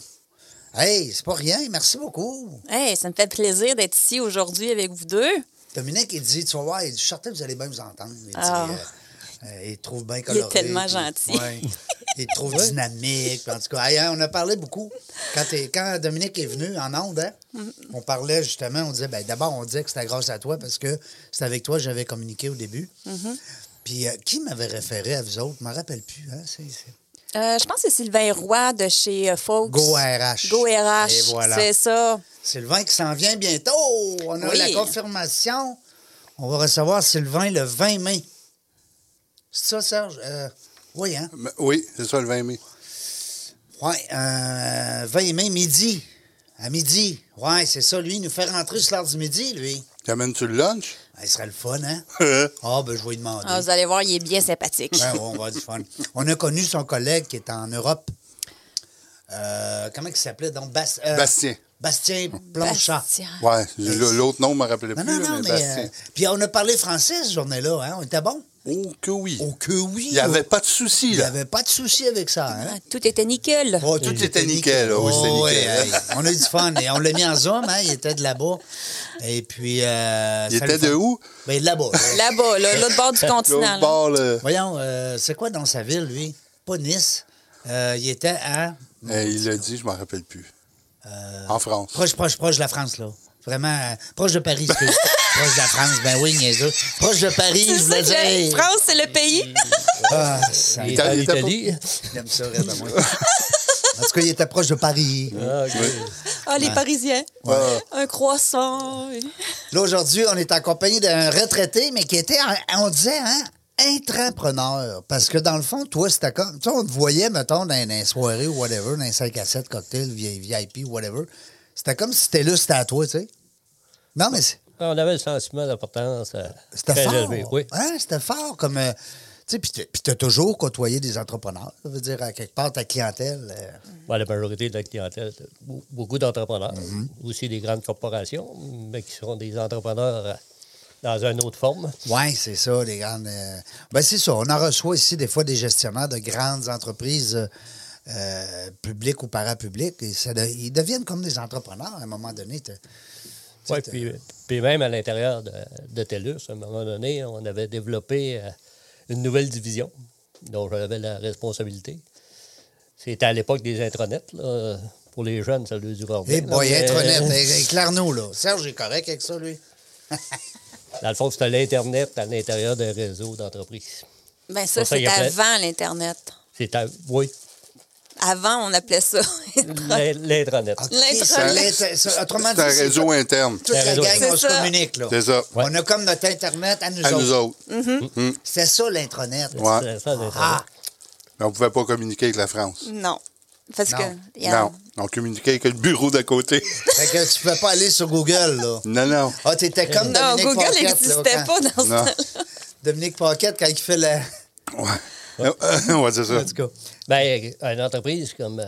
B: Hey, c'est pas rien, merci beaucoup.
E: Hey, ça me fait plaisir d'être ici aujourd'hui avec vous deux.
B: Dominique, il dit, tu vas voir, il dit, je suis certain que vous allez bien vous entendre. Il dit,
E: Ah.
B: euh, Euh, il te trouve bien
E: Il est
B: coloré.
E: tellement
B: puis-
E: gentil.
B: Ouais. Il te trouve dynamique. puis En tout cas, hey, hein, on a parlé beaucoup. Quand, t'es- quand Dominique est venu en onde, hein,
E: Mm-hmm.
B: on parlait justement, on disait, ben, d'abord, on disait que c'était grâce à toi parce que c'est avec toi que j'avais communiqué au début.
E: Mm-hmm.
B: Puis euh, qui m'avait référé à vous autres? Je ne me rappelle plus. Hein? c'est- c'est-
E: Euh, je pense que c'est Sylvain Roy de chez euh, Fox.
B: Go RH.
E: Go
B: Et
E: RH.
B: voilà.
E: C'est ça.
B: Sylvain qui s'en vient bientôt. On a
E: Oui.
B: la confirmation. On va recevoir Sylvain le 20 mai. C'est ça, Serge? Euh, oui, hein?
C: Mais- Ben, Oui, c'est ça le 20 mai.
B: Oui, euh, 20 mai, midi. À midi. Oui, c'est ça, lui, il nous fait rentrer sur l'heure du midi, lui.
C: T'amènes-tu le lunch?
B: Ah, Il serait le fun, hein?
C: Euh,
B: Ah, ben, je vais lui demander. Ben,
E: Ah, vous allez voir, il est bien sympathique.
B: Ouais, ouais, on va avoir du fun. On a connu son collègue qui est en Europe. Euh, comment il s'appelait donc? Bas- euh,
C: Bastien.
B: Bastien Blanchard.
E: Bastien.
C: Ouais, le- l'autre nom ne me rappelait
B: Non,
C: plus,
B: non,
C: là,
B: non, mais.
C: mais Bastien.
B: euh, puis on a parlé français cette journée-là, hein? On était bon?
C: Oh que oui.
B: Oh, que oui!
C: Il n'y avait
B: oh.
C: pas de souci,
B: Il n'y
C: là.
B: avait pas de souci avec ça, hein?
E: Ah, Tout était nickel.
B: Oh,
C: Tout était nickel, là. Oui, c'était
B: Oh,
C: nickel.
B: ouais, hey, on a eu du fun. Et on l'a mis en zoom, hein, il était de là-bas. Et puis. euh,
C: Il
B: ça le
C: était de
B: fun.
C: où?
B: Ben, de là-bas. là.
E: Là-bas, là, l'autre bord du continent.
C: L'autre
E: là.
C: bord, là.
B: Voyons, euh, c'est quoi dans sa ville, lui? Pas Nice. Euh, il était à.
C: Eh, il l'a dit, je m'en rappelle plus.
B: Euh,
C: En France.
B: Proche, proche, proche de la France, là. Vraiment, euh, proche de Paris, excuse. proche de la France, ben oui, niaiseux. Proche de Paris,
E: C'est
B: je
E: ça
B: voulais
E: que j'ai-
B: dire.
E: France, c'est le pays.
B: Ah, ça,
D: Il
B: il
D: est en
C: il était
D: Italie.
B: aime ça, reste à moi. En tout cas, il était proche de Paris.
D: Ah, ok.
E: Ah, les Parisiens.
C: Ouais.
E: Un croissant.
B: Là, aujourd'hui, on est en compagnie d'un retraité, mais qui était, un- on disait, hein, intrapreneur. Parce que dans le fond, toi, c'était comme. Tu sais, on te voyait, mettons, dans une soirée ou whatever, dans un 5 à 7 cocktail, vi- VIP, whatever. C'était comme si t'étais là, c'était à toi, tu sais. Non, mais c'est-
D: Ah, On avait le sentiment d'importance. euh,
B: c'était
D: très
B: fort.
D: élevé, oui.
B: Hein, c'était fort comme. euh, tu sais, puis t'as- puis t'as toujours côtoyé des entrepreneurs. Ça veut dire, à quelque part, ta clientèle. euh,
D: Bon, la majorité de la clientèle, c'est beau- beaucoup d'entrepreneurs,
B: Mm-hmm.
D: aussi des grandes corporations, mais qui seront des entrepreneurs euh, dans une autre forme.
B: Oui, c'est ça, les grandes. euh, Ben, c'est ça. On en reçoit ici des fois des gestionnaires de grandes entreprises euh, euh, publiques ou parapubliques. Et ça de- Ils deviennent comme des entrepreneurs à un moment donné. t'as-
D: Ouais, puis,
B: euh,
D: puis même à l'intérieur de, de TELUS, à un moment donné, on avait développé euh, une nouvelle division dont j'avais la responsabilité. C'était à l'époque des intranets. là. Pour les jeunes, ça lui dira
B: Eh
D: rien, là,
B: boy,
D: mais-
B: intranet,
C: euh,
B: eh, éclaire-nous, là. Serge est correct avec ça, lui. hein.
D: Dans le fond, c'était l'Internet à l'intérieur d'un réseau d'entreprises.
E: Ben
D: Pour
E: ça,
D: ça, il
E: c'est
D: y a plein-
E: avant l'Internet.
D: C'était, oui,
E: Avant, on appelait ça.
D: l'in- l'intranet.
B: Ah. Ok,
E: L'intranet.
B: ça, l'inter- ça- Autrement dit,
C: C'est un
B: c'est
C: réseau interne.
B: toute la
D: Un réseau.
B: gang, on
E: C'est
B: se
E: ça.
B: communique, là.
C: C'est ça.
B: On a comme notre Internet à nous
C: À
B: autres.
C: nous autres.
B: C'est ça, l'intranet.
C: Ouais.
D: C'était ça, l'intranet.
B: Ah,
C: Mais on ne pouvait pas communiquer avec la France.
E: non. Parce
B: Non.
E: que. il y a-
C: Non. On communiquait avec le bureau d'à côté.
B: fait que tu pouvais pas aller sur Google, là.
C: non, non.
B: Ah, t'étais comme
E: Non,
B: Dominique
E: Google
B: Paquette, là,
E: n'existait
B: quand-
E: pas dans
C: Non.
E: ce temps-là.
B: Dominique Paquette, quand il fait la...
C: Ouais. on va dire ça.
B: En tout cas.
D: Ben, une entreprise comme euh,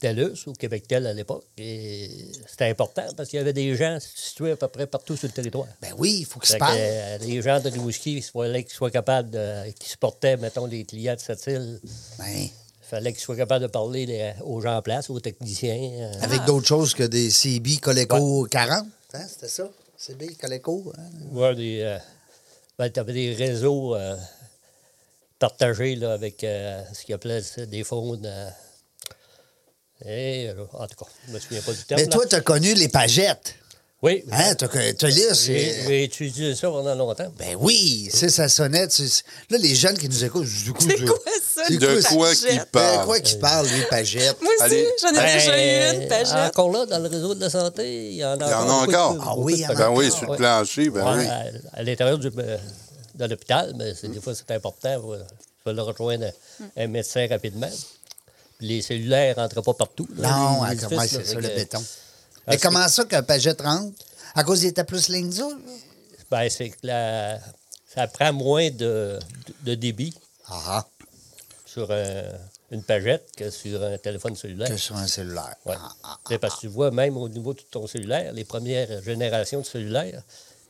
D: TELUS ou Québec Tel à l'époque, et c'était important parce qu'il y avait des gens situés à peu près partout sur le territoire.
B: Ben oui, il faut qu'il se
D: Fait que,
B: parle.
D: euh, les gens de Rimouski, il fallait qu'ils soient capables, de, qui supportaient, mettons, les clients de cette île,
B: Ben,
D: il fallait qu'ils soient capables de parler les- aux gens en place, aux techniciens. euh,
B: avec d'autres choses que des CB Coleco 40. Hein, c'était ça? CB Coleco. hein?
D: ouais, des, euh, ben, t'avais des réseaux euh, partagés là, avec euh, ce qu'ils appelaient ça, des fonds. euh, et, euh, en tout cas, je ne me souviens pas du terme.
B: Mais
D: là.
B: toi, t'as connu les pagettes.
D: oui,
B: Hein? T'as connu- t'as lu,
D: J'ai
B: c'est...
D: j'ai étudié ça pendant longtemps.
B: Ben oui, c'est ça sonnait. tu- Là, les jeunes qui nous écoutent, du coup,
E: C'est
B: je-
E: quoi ça?
B: C'est
E: une
C: De quoi
E: pagette?
C: qu'il
B: Ben,
C: parle?
B: quoi qu'ils parlent, les pagettes?
E: Moi aussi,
C: Allez.
E: j'en ai déjà eu
D: Ben,
E: une, Pagette.
D: Encore là, dans le réseau de la santé, il y en a
C: Il y en a
D: encore. beaucoup de-
C: encore.
D: beaucoup
B: Ah
D: de
B: oui, il y en a
D: personnes.
C: Ben oui, sur le
D: Ouais.
C: plancher, ben
D: Ouais,
C: oui.
D: à, à l'intérieur du- euh, de l'hôpital, mais c'est- des fois, c'est important. Il faut le rejoindre un- un médecin rapidement. Puis les cellulaires ne rentrent pas partout. là,
B: Non,
D: les-
B: ah,
D: les
B: comment
D: édifices,
B: c'est
D: là,
B: ça,
D: fait Ah,
B: le
D: que-
B: béton? Mais comment ça qu'un pagette rentre? À cause des était plus ligne dure? là?
D: Ben, c'est que la- ça prend moins de, de débit
B: Ah,
D: sur euh, une pagette que sur un téléphone cellulaire.
B: que sur un cellulaire.
D: Ouais.
B: Ah, ah.
D: C'est parce que tu vois, même au niveau de ton cellulaire, les premières générations de cellulaires,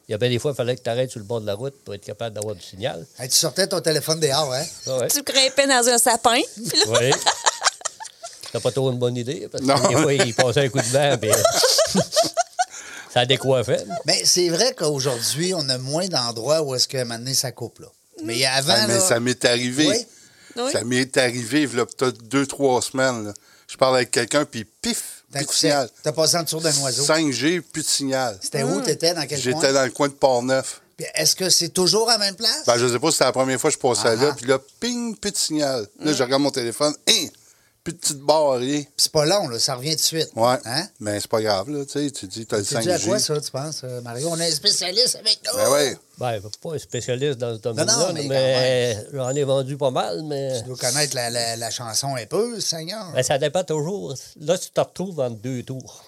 D: il y avait des fois, il fallait que tu arrêtes sur le bord de la route pour être capable d'avoir du signal.
B: Hey, tu sortais ton téléphone dehors, hein?
D: Ah ouais.
E: Tu grimpais dans un sapin. puis là,
D: Oui. T'as pas trop une bonne idée, parce que
C: Non.
D: des fois, il passait un coup de vent, puis euh, ça décoiffait.
B: Mais c'est vrai qu'aujourd'hui, on a moins d'endroits où est-ce que maintenant ça coupe, là.
D: Mmh.
B: Mais avant,
C: Ah, mais
B: là,
C: ça m'est arrivé.
B: Oui.
E: Oui.
C: Ça m'est arrivé, il y a peut-être deux, trois semaines. là. Je parle avec quelqu'un, puis pif,
B: t'as
C: plus de
B: coupé-
C: signal.
B: t'as passé en dessous d'un oiseau.
C: 5G, plus de signal.
B: C'était où t'étais, dans quel
C: Hmm. J'étais
B: coin?
C: dans le coin de Port-Neuf.
B: Puis Est-ce que c'est toujours à la même place?
C: Ben, je sais pas si c'était la première fois que je passais
B: Ah. Mm.
C: là, puis là, ping, plus de signal. Là, je regarde mon téléphone, hein, plus de petite barre, rien.
B: Puis c'est pas long, là, ça revient tout de suite.
C: Ouais.
B: Hein?
C: Mais c'est pas grave, là, tu sais, tu dis, t'as le
B: C'est dû à
C: 5G.
B: quoi, ça, tu penses, euh, Mario? On a un spécialiste avec nous!
C: Ben ouais.
D: Ben, pas un spécialiste dans ce
B: non,
D: domaine-là,
B: mais
D: mais,
B: quand même.
D: j'en ai vendu pas mal, mais
B: Tu dois connaître la, la- la chanson un peu, Seigneur.
D: ben, ça dépend toujours. Là, tu te retrouves entre deux tours.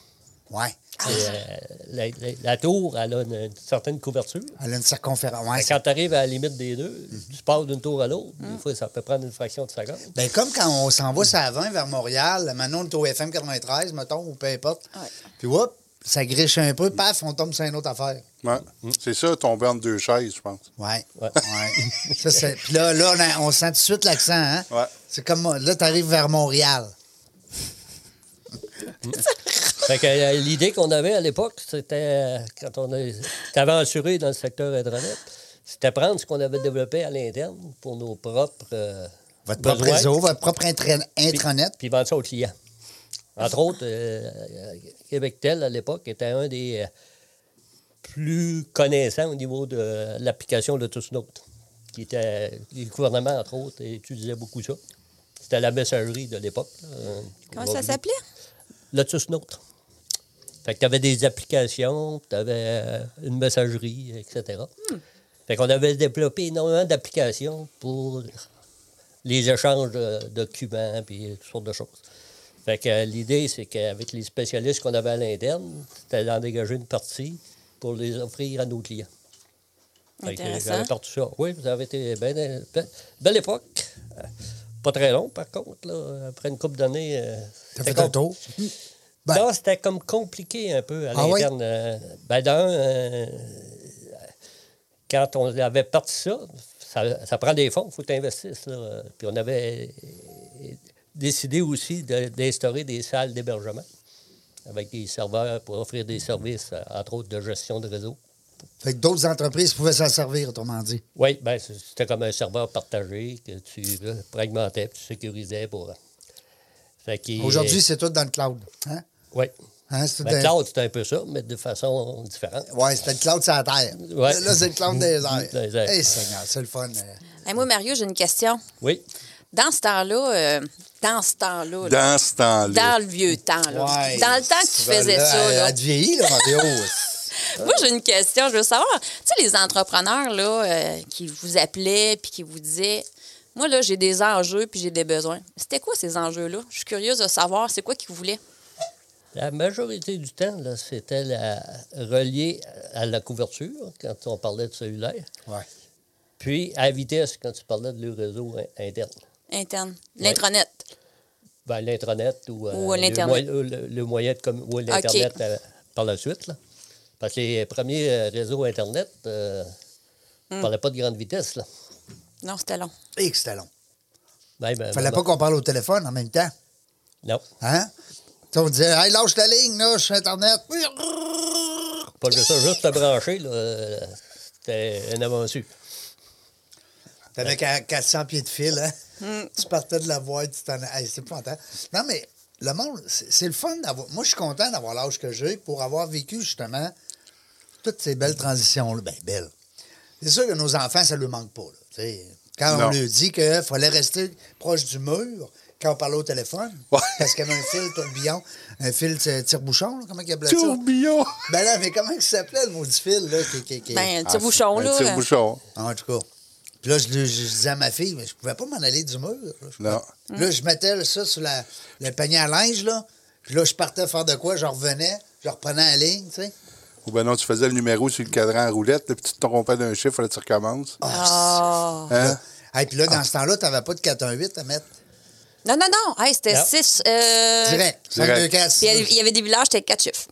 B: Ouais.
D: Et, euh, la, la- la tour, elle a une, une certaine couverture.
B: Elle a une circonférence. Ouais,
D: Mais Quand tu arrives à la limite des deux,
B: Mhm.
D: tu passes d'une tour à l'autre.
B: Ah.
D: Des fois, ça peut prendre une fraction de seconde.
B: Ben, comme quand on s'en va sur la 20 vers Montréal, maintenant on est au FM 93, mettons, ou peu importe.
E: Ouais.
B: Puis, whoop, ça griche un peu, paf, on tombe sur une autre affaire.
C: Ouais. C'est ça, tomber entre deux chaises, je pense.
B: Ouais.
D: Ouais.
B: ouais. Ça, c'est- Puis là, là, on a- on, sent tout de suite l'accent, hein?
C: Ouais.
B: C'est comme là, t'arrives vers Montréal.
D: Fait que euh, l'idée qu'on avait à l'époque, c'était euh, quand on a- était aventuré dans le secteur Internet, c'était prendre ce qu'on avait développé à l'interne pour nos propres. euh,
B: Votre propre
D: besoins,
B: réseau, votre propre intra-
D: puis-
B: intranet.
D: Puis vendre ça aux clients. Entre autres, euh, euh, Québec Tel, à l'époque, était un des euh, plus connaissants au niveau de euh, l'application de tous nôtres. Qui était, le gouvernement, entre autres, utilisait beaucoup ça. C'était la messagerie de l'époque. là, euh,
E: Comment ça
D: aujourd'hui.
E: s'appelait?
D: Lotus Note. Fait que tu avais des applications, tu avais une messagerie, etc. Fait qu'on avait développé énormément d'applications pour les échanges de documents puis toutes sortes de choses. Fait que euh, l'idée, c'est qu'avec les spécialistes qu'on avait à l'interne, c'était d'en dégager une partie pour les offrir à nos clients. Fait que euh,
E: Intéressant.
D: j'avais parti ça. Oui, vous avez été bien- bien- belle, époque. Euh, Pas très long, par contre. Là. Après une couple d'années, euh,
B: T'as
D: c'était
B: fait un
D: com-
B: tour? Ben-
D: non, c'était comme compliqué un peu à
B: Ah ouais?
D: l'interne. euh, ben, d'un, euh, quand on avait parti ça, ça, ça prend des fonds, il faut que tu investisses. là. Puis on avait euh, décidé aussi de- d'instaurer des salles d'hébergement avec des serveurs pour offrir des services, euh, entre autres de gestion de réseau.
B: Fait que d'autres entreprises pouvaient s'en servir, autrement dit.
D: Oui, ben, c- c'était comme un serveur partagé que tu euh, fragmentais, puis tu sécurisais pour. euh, Fait qu'il-
B: Aujourd'hui, c'est tout dans le cloud. Hein?
D: ouais.
B: Hein, c'est tout
D: Ben,
B: dans-
D: cloud, c'était un peu ça, mais de façon différente.
B: Ouais, c'était le cloud sur la terre.
D: Ouais.
B: Là, c'est le cloud des airs.
D: Des airs.
B: Eh, Seigneur, c'est le fun. euh.
E: Hey, Ben, moi, Mario, j'ai une question.
D: Oui.
E: Dans ce temps-là, euh, dans ce temps-là, là,
C: Dans ce temps-là.
E: dans le vieux temps, là,
B: Ouais.
E: dans le temps que tu
B: Ben,
E: faisais
B: là,
E: ça,
B: elle-
E: là,
B: Elle te vieillit, là, Mario.
E: Moi, j'ai une question. Je veux savoir, tu sais, les entrepreneurs là, euh, qui vous appelaient puis qui vous disaient Moi, là, j'ai des enjeux puis j'ai des besoins. C'était quoi ces enjeux-là? Je suis curieuse de savoir, c'est quoi qu'ils voulaient?
D: La majorité du temps, là, c'était la- relié à la couverture, quand on parlait de cellulaire,
B: ouais.
D: puis à la vitesse, quand tu parlais de le réseau in- interne.
E: Interne.
D: Ouais.
E: L'intranet.
D: Ben, l'intranet ou, euh,
E: Ou à
D: le
E: l'Internet.
D: moy- ou le, le moyen de commu- ou l'internet euh, par la suite. là. Parce que les premiers euh, réseaux internet, euh,
E: Hmm.
D: on parlait pas de grande vitesse. Là.
E: Non, c'était long.
B: Et que c'était long.
D: Même, euh,
B: Fallait
D: même-
B: pas qu'on parle au téléphone en même temps.
D: Non,
B: Hein? Tu sais, on disait, hey, lâche ta ligne, là, je suis Internet.
D: pas juste ça, juste te brancher, là, euh, c'était une aventure.
C: Ben,
B: T'avais qu'à 400 pieds de fil, hein?
C: Hmm.
B: Tu partais de la voie, tu t'en. Hey, c'est épouvantable. Non, mais le monde, c'est c'est le fun d'avoir. Moi, je suis content d'avoir l'âge que j'ai pour avoir vécu, justement, toutes ces belles transitions-là. Ben, belles. C'est sûr que nos enfants, ça ne leur manque pas, là. tu sais. Quand on
C: Non.
B: leur dit qu'il fallait rester proche du mur quand on parlait au téléphone,
C: Ouais.
B: parce qu'il y avait un fil tourbillon, un fil euh, tire-bouchon, là, comment il appelait ça?
C: Tourbillon!
B: Ben là, mais comment il s'appelait le maudit fil, là? qui- qui- qui-
E: Ben, un petit bouchon,
C: Ah, Un
E: là.
C: tire-bouchon.
B: en tout cas. Puis là, je, lui- je disais à ma fille, mais je pouvais pas m'en aller du mur. Là, Je-
C: Non.
B: Là, je mettais ça sur la, le panier à linge, là. Puis là, je partais faire de quoi, je revenais, je reprenais la ligne, tu sais.
C: Ou ben non, tu faisais le numéro sur le cadran à roulette, là, puis tu te trompais d'un chiffre, là, tu recommences.
E: Ah.
C: Hein?
B: Et puis là, dans ce temps-là, t'avais pas de 418 à mettre.
E: Non, non, non. Hey, c'était
D: Non.
E: 6. Euh...
B: Direct.
C: direct.
B: 524.
E: Puis il y avait des villages, c'était 4 chiffres.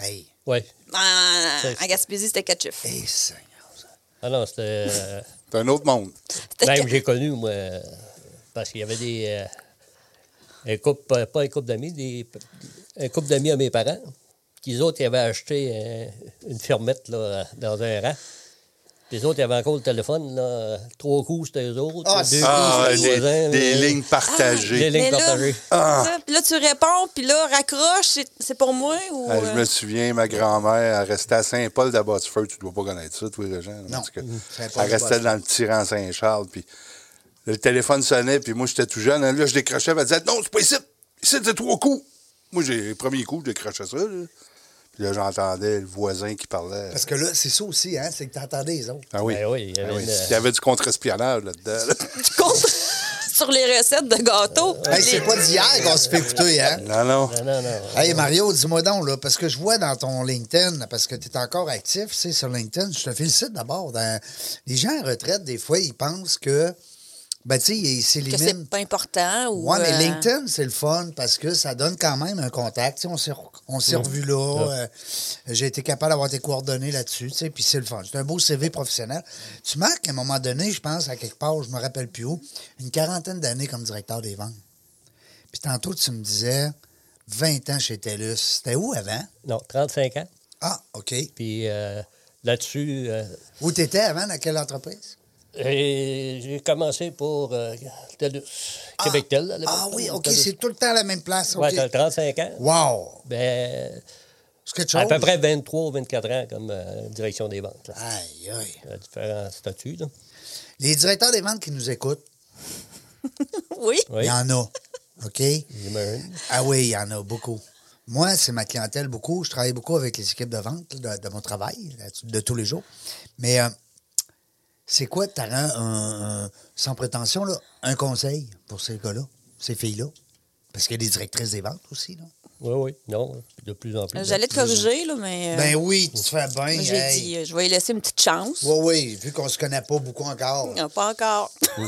B: Hey,
D: Oui.
E: Ah,
D: Ça, c'est-
E: à Gaspésie, c'était 4 chiffres.
B: hey, Seigneur.
D: Ah non, c'était. euh,
C: C'est un autre monde.
E: C'était
D: même
E: quatre-
D: Ben, j'ai connu, moi, euh, parce qu'il y avait des. euh, un couple, euh, pas un couple d'amis, des, un couple d'amis à mes parents. qu'ils autres, ils avaient acheté euh, une fermette là, dans un rang. Les autres, ils avaient encore le téléphone. Là. Trois coups, c'était eux autres.
B: Ah,
D: deux
B: c'est-
C: Ah,
D: coups, c'était
C: des,
D: les voisins.
C: des
D: là.
C: lignes
D: Des
C: partagées.
D: lignes
E: Mais là,
D: partagées.
E: ça, puis là, tu réponds, puis là, raccroche, c'est- c'est pour moi ou.
C: Ah, je me
E: euh,
C: souviens, ma grand-mère, elle restait à Saint-Paul d'Abbotsford. Tu dois pas connaître ça, toi, Régent.
B: Non.
C: En tout cas,
B: Mmh. Saint-Paul
C: Elle restait
B: d'Abbotsford.
C: dans le petit rang Saint-Charles. Puis le téléphone sonnait, puis moi, j'étais tout jeune. hein. Là, je décrochais, elle disait Non, c'est pas ici. Ici, c'est trois coups. Moi, j'ai le premier coup, je décrochais ça. là. Puis là, j'entendais le voisin qui parlait.
B: Parce que là, c'est ça aussi, hein, c'est que t'entendais les autres.
C: Ah oui.
D: Ben oui, il y
C: Ah
D: avait
C: oui.
D: une-
C: Il y avait du contre-espionnage là-dedans. là.
E: Tu comptes euh, sur les recettes de gâteaux.
B: Hey, c'est
E: Les-
B: pas d'hier qu'on se fait écouter, hein?
C: Non, non.
D: Non, non, non.
B: Hey Mario, dis-moi donc, là, parce que je vois dans ton LinkedIn, parce que tu es encore actif tu sais, sur LinkedIn, je te félicite d'abord. Dans- Les gens en retraite, des fois, ils pensent que, ben, tu sais, ils
E: que
B: s'éliminent.
E: c'est pas important ou.
B: Ouais, mais
E: euh,
B: LinkedIn, c'est le fun parce que ça donne quand même un contact. Tu sais, On s'est re- on s'est revus là. euh, J'ai été capable d'avoir tes coordonnées là-dessus. tu sais, Puis c'est le fun. C'est un beau CV professionnel. Tu marques à un moment donné, je pense, à quelque part, je me rappelle plus où, une quarantaine d'années comme directeur des ventes. Puis tantôt, tu me disais 20 ans chez TELUS. C'était où avant?
D: Non, 35 ans.
B: Ah, OK.
D: Puis euh, là-dessus, euh,
B: Où tu étais avant? Dans quelle entreprise?
D: et j'ai commencé pour euh, TELUS, Québec Tel. à l'époque.
B: Ah oui, OK.
D: TELUS.
B: C'est tout le temps la même place. OK.
D: Ouais, t'as 35 ans.
B: Wow!
D: Ben,
B: C'est quelque chose.
D: à peu près 23 ou 24 ans comme euh, direction des ventes. là.
B: Aïe, aïe.
D: Il y a différents statuts. là.
B: Les directeurs des ventes qui nous écoutent,
E: Oui.
B: Il
D: Oui,
B: y en a. OK?
D: j'imagine.
B: Ah oui, il y en a beaucoup. Moi, c'est ma clientèle beaucoup. Je travaille beaucoup avec les équipes de vente de, de mon travail, de tous les jours. Mais euh, c'est quoi, t'as un, un- un- sans prétention, là, un conseil pour ces gars-là, ces filles-là? Parce qu'il y a des directrices des ventes aussi, là.
D: Oui, oui. Non, de plus en plus.
E: Euh, J'allais te corriger, là, mais. euh,
B: Ben oui, tu te fais bien.
E: moi, J'ai
B: hey.
E: dit, euh, je vais y laisser une petite chance.
B: Oui, oui, vu qu'on se connaît pas beaucoup encore.
E: Non, Pas encore.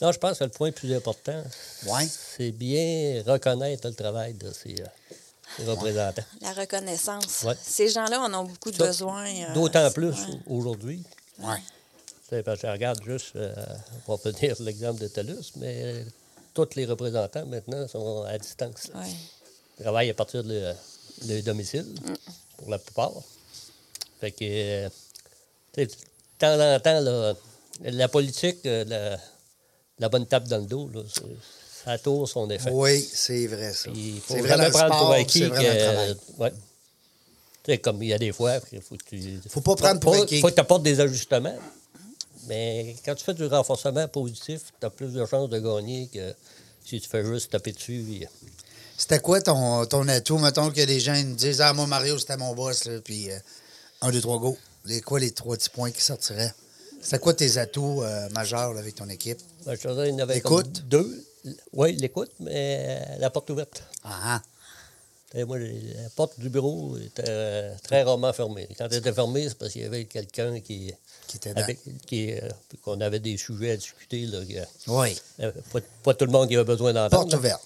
D: Non, je pense que le point le plus important,
B: Ouais.
D: c'est bien reconnaître le travail de ces, euh, ces représentants.
E: La reconnaissance.
D: Ouais.
E: Ces gens-là en ont beaucoup de
D: Ça,
E: besoin. euh,
D: D'autant plus
E: ouais.
D: aujourd'hui.
B: Ouais.
D: C'est Parce que je regarde juste, euh, on peut dire l'exemple de TELUS, mais euh, tous les représentants maintenant sont à distance. là.
E: Ouais.
D: Ils travaillent à partir de leur, leur domicile, pour la plupart. Fait que, euh, tu sais, de temps en temps, là, la politique, euh, la, la bonne tape dans le dos, là, c'est- ça tourne son effet.
B: Oui, c'est vrai, ça.
D: Puis Il faut
B: C'est vrai dans
D: jamais
B: le
D: prendre
B: sport,
D: pour
B: c'est
D: acquis
B: vrai dans le
D: que.
B: travail.
D: ouais. Tu sais, comme il y a des fois, il faut que tu.
B: Faut pas prendre pour acquis.
D: faut que tu apportes des ajustements. Mais quand tu fais du renforcement positif, tu as plus de chances de gagner que si tu fais juste taper dessus. puis-
B: C'était quoi ton, ton atout, mettons, que les gens ils me disent Ah, moi, Mario, c'était mon boss, là, puis euh, un, deux, trois, go. Les, quoi les trois petits points qui sortiraient C'était quoi tes atouts euh, majeurs là, avec ton équipe
D: Ben, je te dirais, il y en avait comme
B: L'écoute.
D: deux. Oui, l'écoute, mais euh, la porte ouverte.
B: Ah, ah.
D: Tu sais, Moi, la porte du bureau était euh, très rarement fermée. Quand elle était fermée, c'est parce qu'il y avait quelqu'un qui.
B: Qui était dedans.
D: avec- qui, euh, qu'on avait des sujets à discuter. Là, que-
B: Oui.
D: Euh, Pas, pas tout le monde qui a besoin d'entendre.
B: Porte ouverte.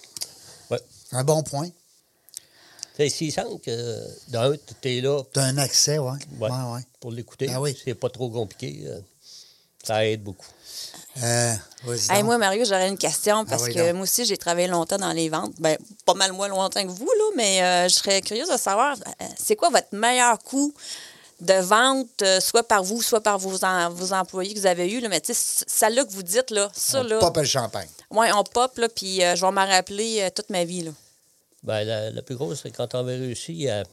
D: Ouais.
B: Un bon point.
D: Fait que S'ils sentent que, d'un, tu es là
B: T'as un accès, ouais. Ouais,
D: ouais,
B: ouais.
D: pour l'écouter,
B: Ah oui.
D: c'est pas trop compliqué, euh, ça aide beaucoup.
B: Euh, vas-y
E: Hey,
B: donc. Ah
E: moi, Mario, j'aurais une question parce
B: oui,
E: que
B: donc.
E: moi aussi, j'ai travaillé longtemps dans les ventes. Ben, pas mal moins longtemps que vous, là, mais euh, je serais curieuse de savoir, euh, c'est quoi votre meilleur coût de vente, euh, soit par vous, soit par vos, en- vos employés que vous avez eus, là, mais tu sais, celle-là que vous dites, là, ça,
B: On
E: là,
B: Pop le champagne.
E: ouais, on pop, là, puis euh, je vais m'en rappeler euh, toute ma vie, là.
D: Ben, la, la plus grosse, c'est quand on avait réussi à,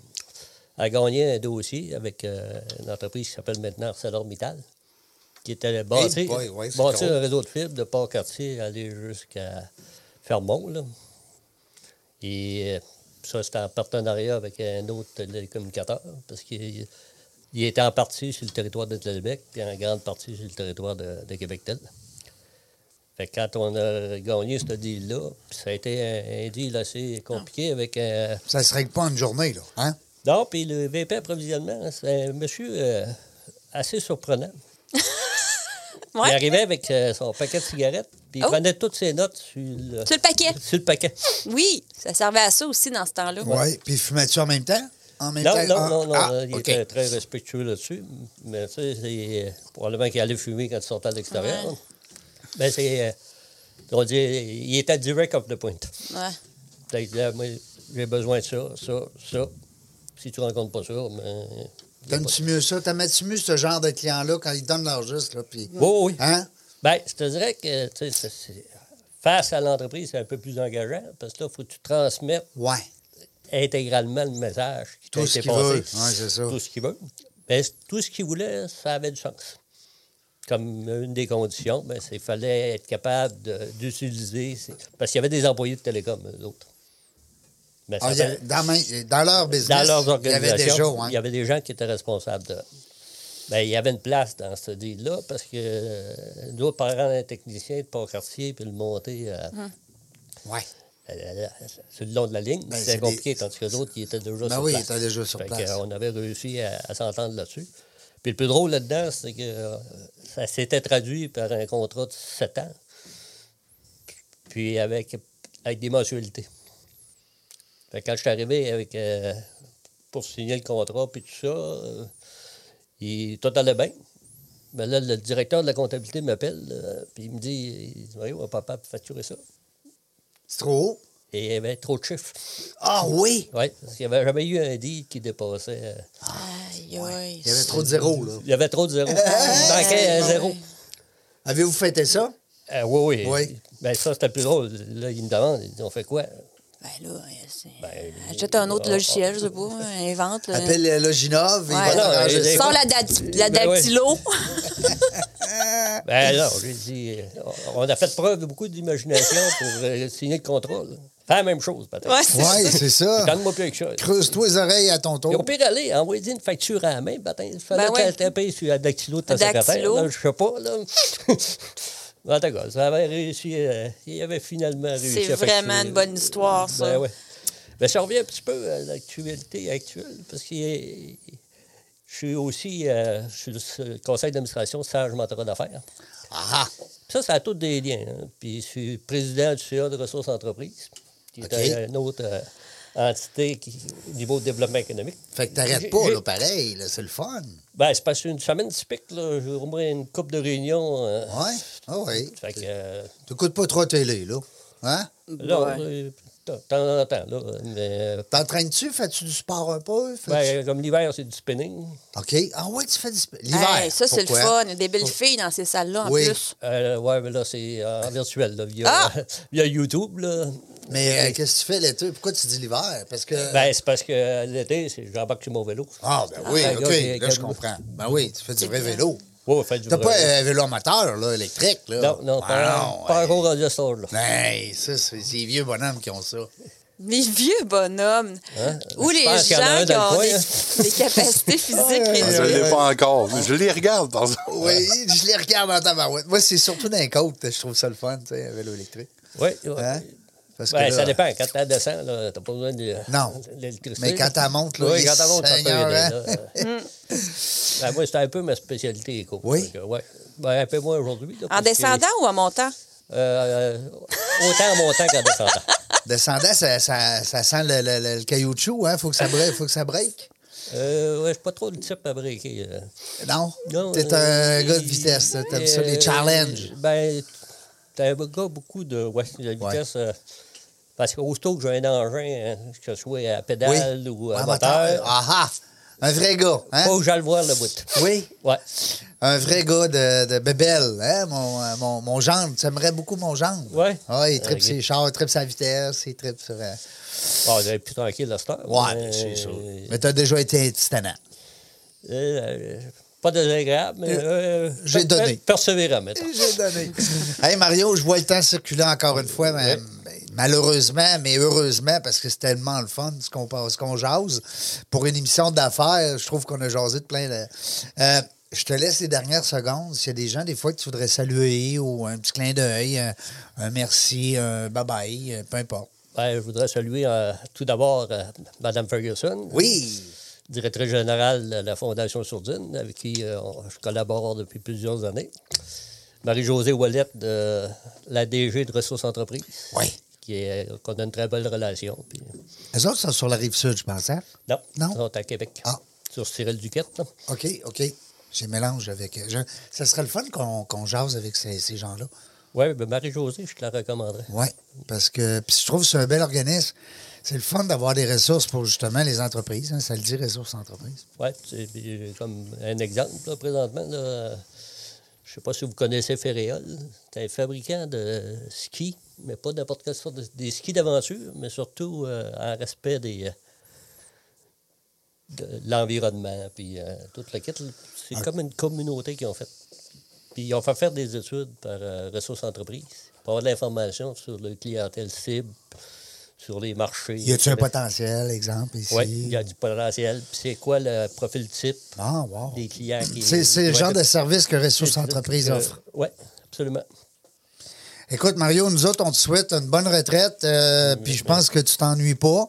D: à gagner un dossier avec euh, une entreprise qui s'appelle maintenant ArcelorMittal, qui était bâtie,
B: boy, ouais, c'est
D: bâtie
B: drôle.
D: un réseau de fibres de Port-Cartier, aller jusqu'à Fermont. là. Et euh, ça, c'était en partenariat avec un autre télécommunicateur, parce qu'il il était en partie sur le territoire de Québec, puis en grande partie sur le territoire de, de Québec-Tel. Fait que quand on a gagné ce deal-là, puis ça a été un, un deal assez compliqué avec... euh,
B: Ça se règle pas en une journée, là. Hein?
D: non, puis le VP approvisionnement, c'est un monsieur euh, assez surprenant. Il
E: Ouais,
D: arrivait avec euh, son paquet de cigarettes, puis il
E: Oh.
D: prenait toutes ses notes sur le,
E: sur le paquet.
D: sur le paquet.
E: Oui, ça servait à ça aussi dans ce temps-là.
B: Ouais. Puis fumais-tu en même temps? En même
D: Non,
B: temps?
D: non,
B: Ah,
D: non, non,
B: ah,
D: euh, il
B: OK.
D: était très respectueux là-dessus. Mais tu sais, c'est euh, probablement qu'il allait fumer quand il sortait à l'extérieur.
E: Ouais.
D: Mais c'est. euh, on dit, il était direct off the point.
E: Ouais.
D: Fait que, là, moi, j'ai besoin de ça, ça, ça. Si tu rencontres pas ça, ben,
B: T'aimes-tu mieux ça? T'aimes-tu mieux ce genre de clients-là quand ils donnent leur juste? Là, puis...
D: Oh, oui.
B: Hein?
D: Ben, je te dirais que tu sais, c'est- c'est- face à l'entreprise, c'est un peu plus engageant parce que là, il faut que tu transmettes
B: Ouais.
D: intégralement le message qui t'a
B: Tout ce
D: été
B: qu'il
D: passé.
B: veut. Ouais, c'est ça.
D: Tout ce qu'il veut. Ben, c- tout ce qu'il voulait, ça avait du sens. Comme une des conditions, ben, c'est qu'il fallait être capable de- d'utiliser. c'est- Parce qu'il y avait des employés de télécom, eux autres. Ben, ça
B: Ah, il y a-
D: fallait-
B: dans, ma- dans leur business,
D: dans leurs
B: il y avait
D: organisations,
B: déjà, hein?
D: il y avait des gens qui étaient responsables de. Ben, il y avait une place dans ce deal-là parce que euh, nous, par exemple, un technicien de Port-Cartier puis le monter euh,
B: Ouais.
D: euh, sur le long de la ligne,
B: Ben, c'est
D: c'était compliqué,
B: des-
D: tandis que d'autres, ils étaient déjà
B: Ben
D: sur
B: oui,
D: place.
B: ils étaient déjà sur
D: Fait
B: place.
D: que, euh, on avait réussi à, à s'entendre là-dessus. Puis le plus drôle là-dedans, c'est que euh, ça s'était traduit par un contrat de 7 ans, puis avec, avec des mensualités. Fait que quand je suis arrivé avec, euh, pour signer le contrat, puis tout ça, euh, il, tout allait bien. Mais là, le directeur de la comptabilité m'appelle, euh, puis il me dit il dit, Voyons, papa, facturer ça.
B: C'est trop haut.
D: Et il y avait trop de chiffres.
B: Ah oui!
D: Oui, parce qu'il n'y avait jamais eu un deal qui dépassait. euh,
E: Aïe, aïe.
B: Il y avait trop de zéro, là.
D: Il y avait trop de zéro. Il manquait un zéro.
B: Avez-vous fêté ça?
D: Euh, oui, oui.
B: Oui.
D: Ben, ça, c'était le plus drôle. Là, il me demande, il dit, on fait quoi?
E: Ben là, c'est.
D: Ben,
E: Achète un autre
D: on-
E: logiciel, je sais pas, hein, invente. là.
B: Appelle euh, Loginov, il va
E: Ouais.
D: voilà,
B: t'arranger
D: euh,
B: ça.
D: les-
E: Sors la, dati- la
D: Ben ouais.
E: dactylo. Ah.
D: Ben non, je lui ai dit, euh, on a fait preuve de beaucoup d'imagination pour euh, signer le contrat. là. Faire la même chose, peut-être.
E: Ouais, c'est ça.
B: Ouais, c'est ça.
D: Donne-moi plus avec ça.
B: Creuse-toi les oreilles à ton
D: Et au
B: tour.
D: pire, aller, envoyer une facture à la main, ben, attends, il fallait
E: Ben ouais.
D: qu'elle tape sur la dactylo de ta
E: Dactylo.
D: secrétaire. là, je sais pas, là. en tout cas, ça avait réussi. euh, il avait finalement réussi
E: C'est
D: à facturer.
E: vraiment une bonne histoire, ça.
D: Ben ouais. Ben, ça revient un petit peu à l'actualité actuelle, parce que euh, je suis aussi euh, je suis le seul- conseil d'administration sage mentorat d'affaires.
B: Ah!
D: Ça, ça a tous des liens. hein. Puis je suis président du CA de ressources entreprises, qui
B: OK.
D: est une autre euh, entité qui, au niveau de développement économique.
B: Fait que t'arrêtes
D: J'ai-
B: pas,
D: j'ai-
B: là, pareil, là, c'est le fun.
D: Ben, c'est passé une semaine typique, là. J'ai au moins une coupe de réunions. euh,
B: Ouais, ah oui.
D: Fait que, euh,
B: T'écoutes pas trop télé, là. Hein?
D: là,
E: Ouais.
D: euh, de temps en temps, là. Mais, euh,
B: T'entraînes-tu? Fais-tu du sport un peu? Fais-tu-
D: ben, comme l'hiver, c'est du spinning.
B: OK. Ah ouais, tu fais du sport. L'hiver.
E: Hey, ça, c'est le
B: pourquoi?
E: fun. Il y a des
D: Oh.
E: belles filles dans ces salles-là, en
B: Oui.
E: plus.
D: Euh, ouais, mais là, c'est euh, en virtuel, là, via,
E: Ah!
D: via YouTube. Là.
B: Mais euh, qu'est-ce que tu fais l'été? Pourquoi tu dis l'hiver? Parce que.
D: Ben, c'est parce que l'été, c'est- j'embarque sur mon vélo.
B: ah, ben oui,
D: ben,
B: OK.
D: gars, j'ai-
B: Là, je comprends. Ben oui, tu fais du vrai vélo.
D: Ouais, fait du
B: T'as
D: vrai-
B: pas un vélo amateur, là, électrique, là.
D: Non, non,
B: Ah,
D: pas,
B: non,
D: pas
B: hey.
D: encore rendu à ce stade, là.
B: Hey, ça, c'est c'est les vieux bonhommes qui ont ça.
E: Les vieux bonhommes. Ou
D: Je
E: les
D: pense Hein? qu'il y en a
E: gens
D: un
E: qui
D: dans le
E: ont
D: coin,
E: des,
D: hein.
E: des capacités physiques
C: Je
E: réduites.
C: l'ai pas encore. Je les regarde, par exemple.
B: Oui, je les regarde en tabarouette. Moi, c'est surtout dans les côtes, je trouve ça le fun, tu sais, un vélo électrique.
D: Ouais, ouais.
B: Hein? Parce
D: Ben,
B: là-
D: ça dépend. Quand tu descends, là, t'as pas besoin de
B: Non.
D: de l'électricité.
B: Mais quand t'en montes, là,
D: Oui,
B: les
D: quand t'en montes, ça peut aider.
B: seigneurs,
D: là.
B: hein?
D: Ben, moi, c'était un peu ma spécialité, éco.
B: Oui?
D: Fait que, ouais. Ben, un peu moins aujourd'hui. là,
E: En
D: parce que-
E: descendant ou en montant?
D: Euh, euh, autant en montant qu'en descendant.
B: Descendant, ça, ça, ça sent le, le, le- le caoutchouc, hein? Faut que ça break. Faut que ça break.
D: Euh, ouais, je suis pas trop le type à euh. briquer. là.
B: Non?
D: Non,
B: T'es
D: euh,
B: un gars de
D: et-
B: vitesse, là. t'aimes ça, les
D: euh,
B: challenges.
D: Ben, t'es un gars beaucoup de, ouais, de vitesse. euh, parce qu'aussitôt que j'ai un engin, hein, que ce soit à pédale ou à moteur,
B: Ah ah! Un vrai gars, hein?
D: faut que j'aille voir le bout.
B: Oui,
D: Ouais.
B: un vrai gars de, de bébelle, hein? Mon, euh, mon, mon gendre, tu aimerais beaucoup mon gendre.
D: Ouais. Euh,
B: Ah, il tripe
D: Ok.
B: ses chars, il tripe sa vitesse, il tripe sur... euh,
D: Bon, on est Ah, plus tranquille à cette heure.
B: Ouais,
D: mais,
B: c'est sûr.
D: euh,
B: Mais t'as déjà été intitannant.
D: euh, pas désagréable, mais. euh,
B: J'ai
D: per-
B: donné.
D: per- Persévérant, maintenant.
B: J'ai donné. hey Mario, je vois le temps circuler encore une fois, mais-
D: Oui.
B: mais malheureusement, mais heureusement, parce que c'est tellement le fun ce qu'on pense- ce qu'on jase. Pour une émission d'affaires, je trouve qu'on a jasé de plein de. Euh, je te laisse les dernières secondes. S'il y a des gens, des fois, que tu voudrais saluer ou un petit clin d'œil, un, un merci, un bye-bye, euh, peu importe.
D: Ben, je voudrais saluer euh, tout d'abord euh, Mme Ferguson. euh,
B: Oui!
D: directrice générale de la Fondation Sourdine, avec qui euh, on- je collabore depuis plusieurs années. Marie-Josée Wallet de la DG de Ressources Entreprises,
B: Oui.
D: qui est, euh, qu'on a une très belle relation. puis-
B: Les autres sont sur la rive sud, je pense. hein?
D: non,
B: Non.
D: ils sont à Québec.
B: Ah.
D: Sur Cyril Duquette. là.
B: OK, OK. J'ai mélange avec. je- ça serait le fun qu'on qu'on jase avec ces, ces gens-là.
D: Oui, ben Marie-Josée, je te la recommanderais.
B: Oui, parce que puis je trouve que c'est un bel organisme. C'est le fun d'avoir des ressources pour justement les entreprises. hein, ça le dit, ressources entreprises.
D: Oui, euh, comme un exemple, là, présentement, là, je ne sais pas si vous connaissez Ferréol. C'est un fabricant de skis, mais pas n'importe quelle sorte de des skis d'aventure, mais surtout euh, en respect des, euh, de l'environnement, puis euh, tout le kit. C'est
B: Ah.
D: comme une communauté qu'ils ont fait. Puis ils ont fait faire des études par euh, Ressources Entreprises pour avoir de l'information sur le clientèle cible, sur les marchés.
B: Y a-tu un
D: Sur les-
B: potentiel, exemple, ici?
D: oui, il y a du potentiel. Puis c'est quoi le profil type
B: Ah, wow.
D: des clients qui.
B: C'est c'est le
D: Ouais,
B: genre
D: tout-
B: de service que Ressources
D: tout-
B: Entreprises
D: euh,
B: offre.
D: Oui, absolument.
B: Écoute, Mario, nous autres, on te souhaite une bonne retraite, euh, puis je pense que tu t'ennuies pas.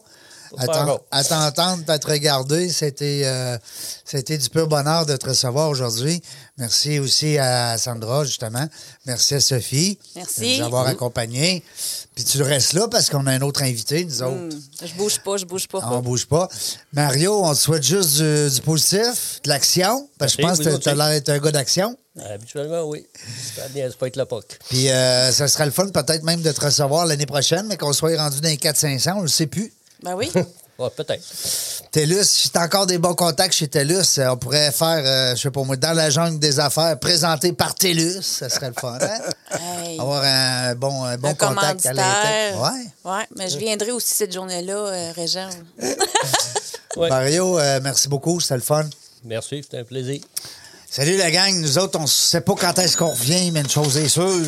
D: Pas
B: À t'en-
D: encore.
B: à t'entendre, à te regarder, c'était euh, c'était du pur bonheur de te recevoir aujourd'hui. Merci aussi à Sandra, justement. Merci à Sophie
E: Merci.
B: de nous avoir accompagnés. Puis tu restes là parce qu'on a un autre invité, nous autres. Ah,
E: Hum, Je bouge pas, je bouge pas.
B: On bouge pas. Mario, on te souhaite juste du, du positif, de l'action, parce que je pense
D: Merci, vous
B: que tu as
D: aussi.
B: l'air d'être un gars d'action.
D: Euh, Habituellement, oui. Ça ne pas être la POC.
B: Puis euh, ça sera le fun peut-être même de te recevoir l'année prochaine, mais qu'on soit rendu dans les 400-500, on le sait plus.
E: Ben oui.
D: Ouais, peut-être.
B: TELUS, si t'as encore des bons contacts chez TELUS, euh, on pourrait faire, euh, je sais pas moi, dans la jungle des affaires, présenté par TELUS, ça serait le fun. hein?
E: Hey.
B: Avoir un bon, un bon
E: un
B: contact à l'intérieur.
E: commanditaire.
B: Ouais.
E: Ouais, mais je viendrai aussi cette journée-là, euh, Régent.
D: Ouais.
B: Mario, euh, merci beaucoup, c'était le fun.
D: Merci, c'était un plaisir.
B: Salut la gang, nous autres, on sait pas quand est-ce qu'on revient, mais une chose est sûre,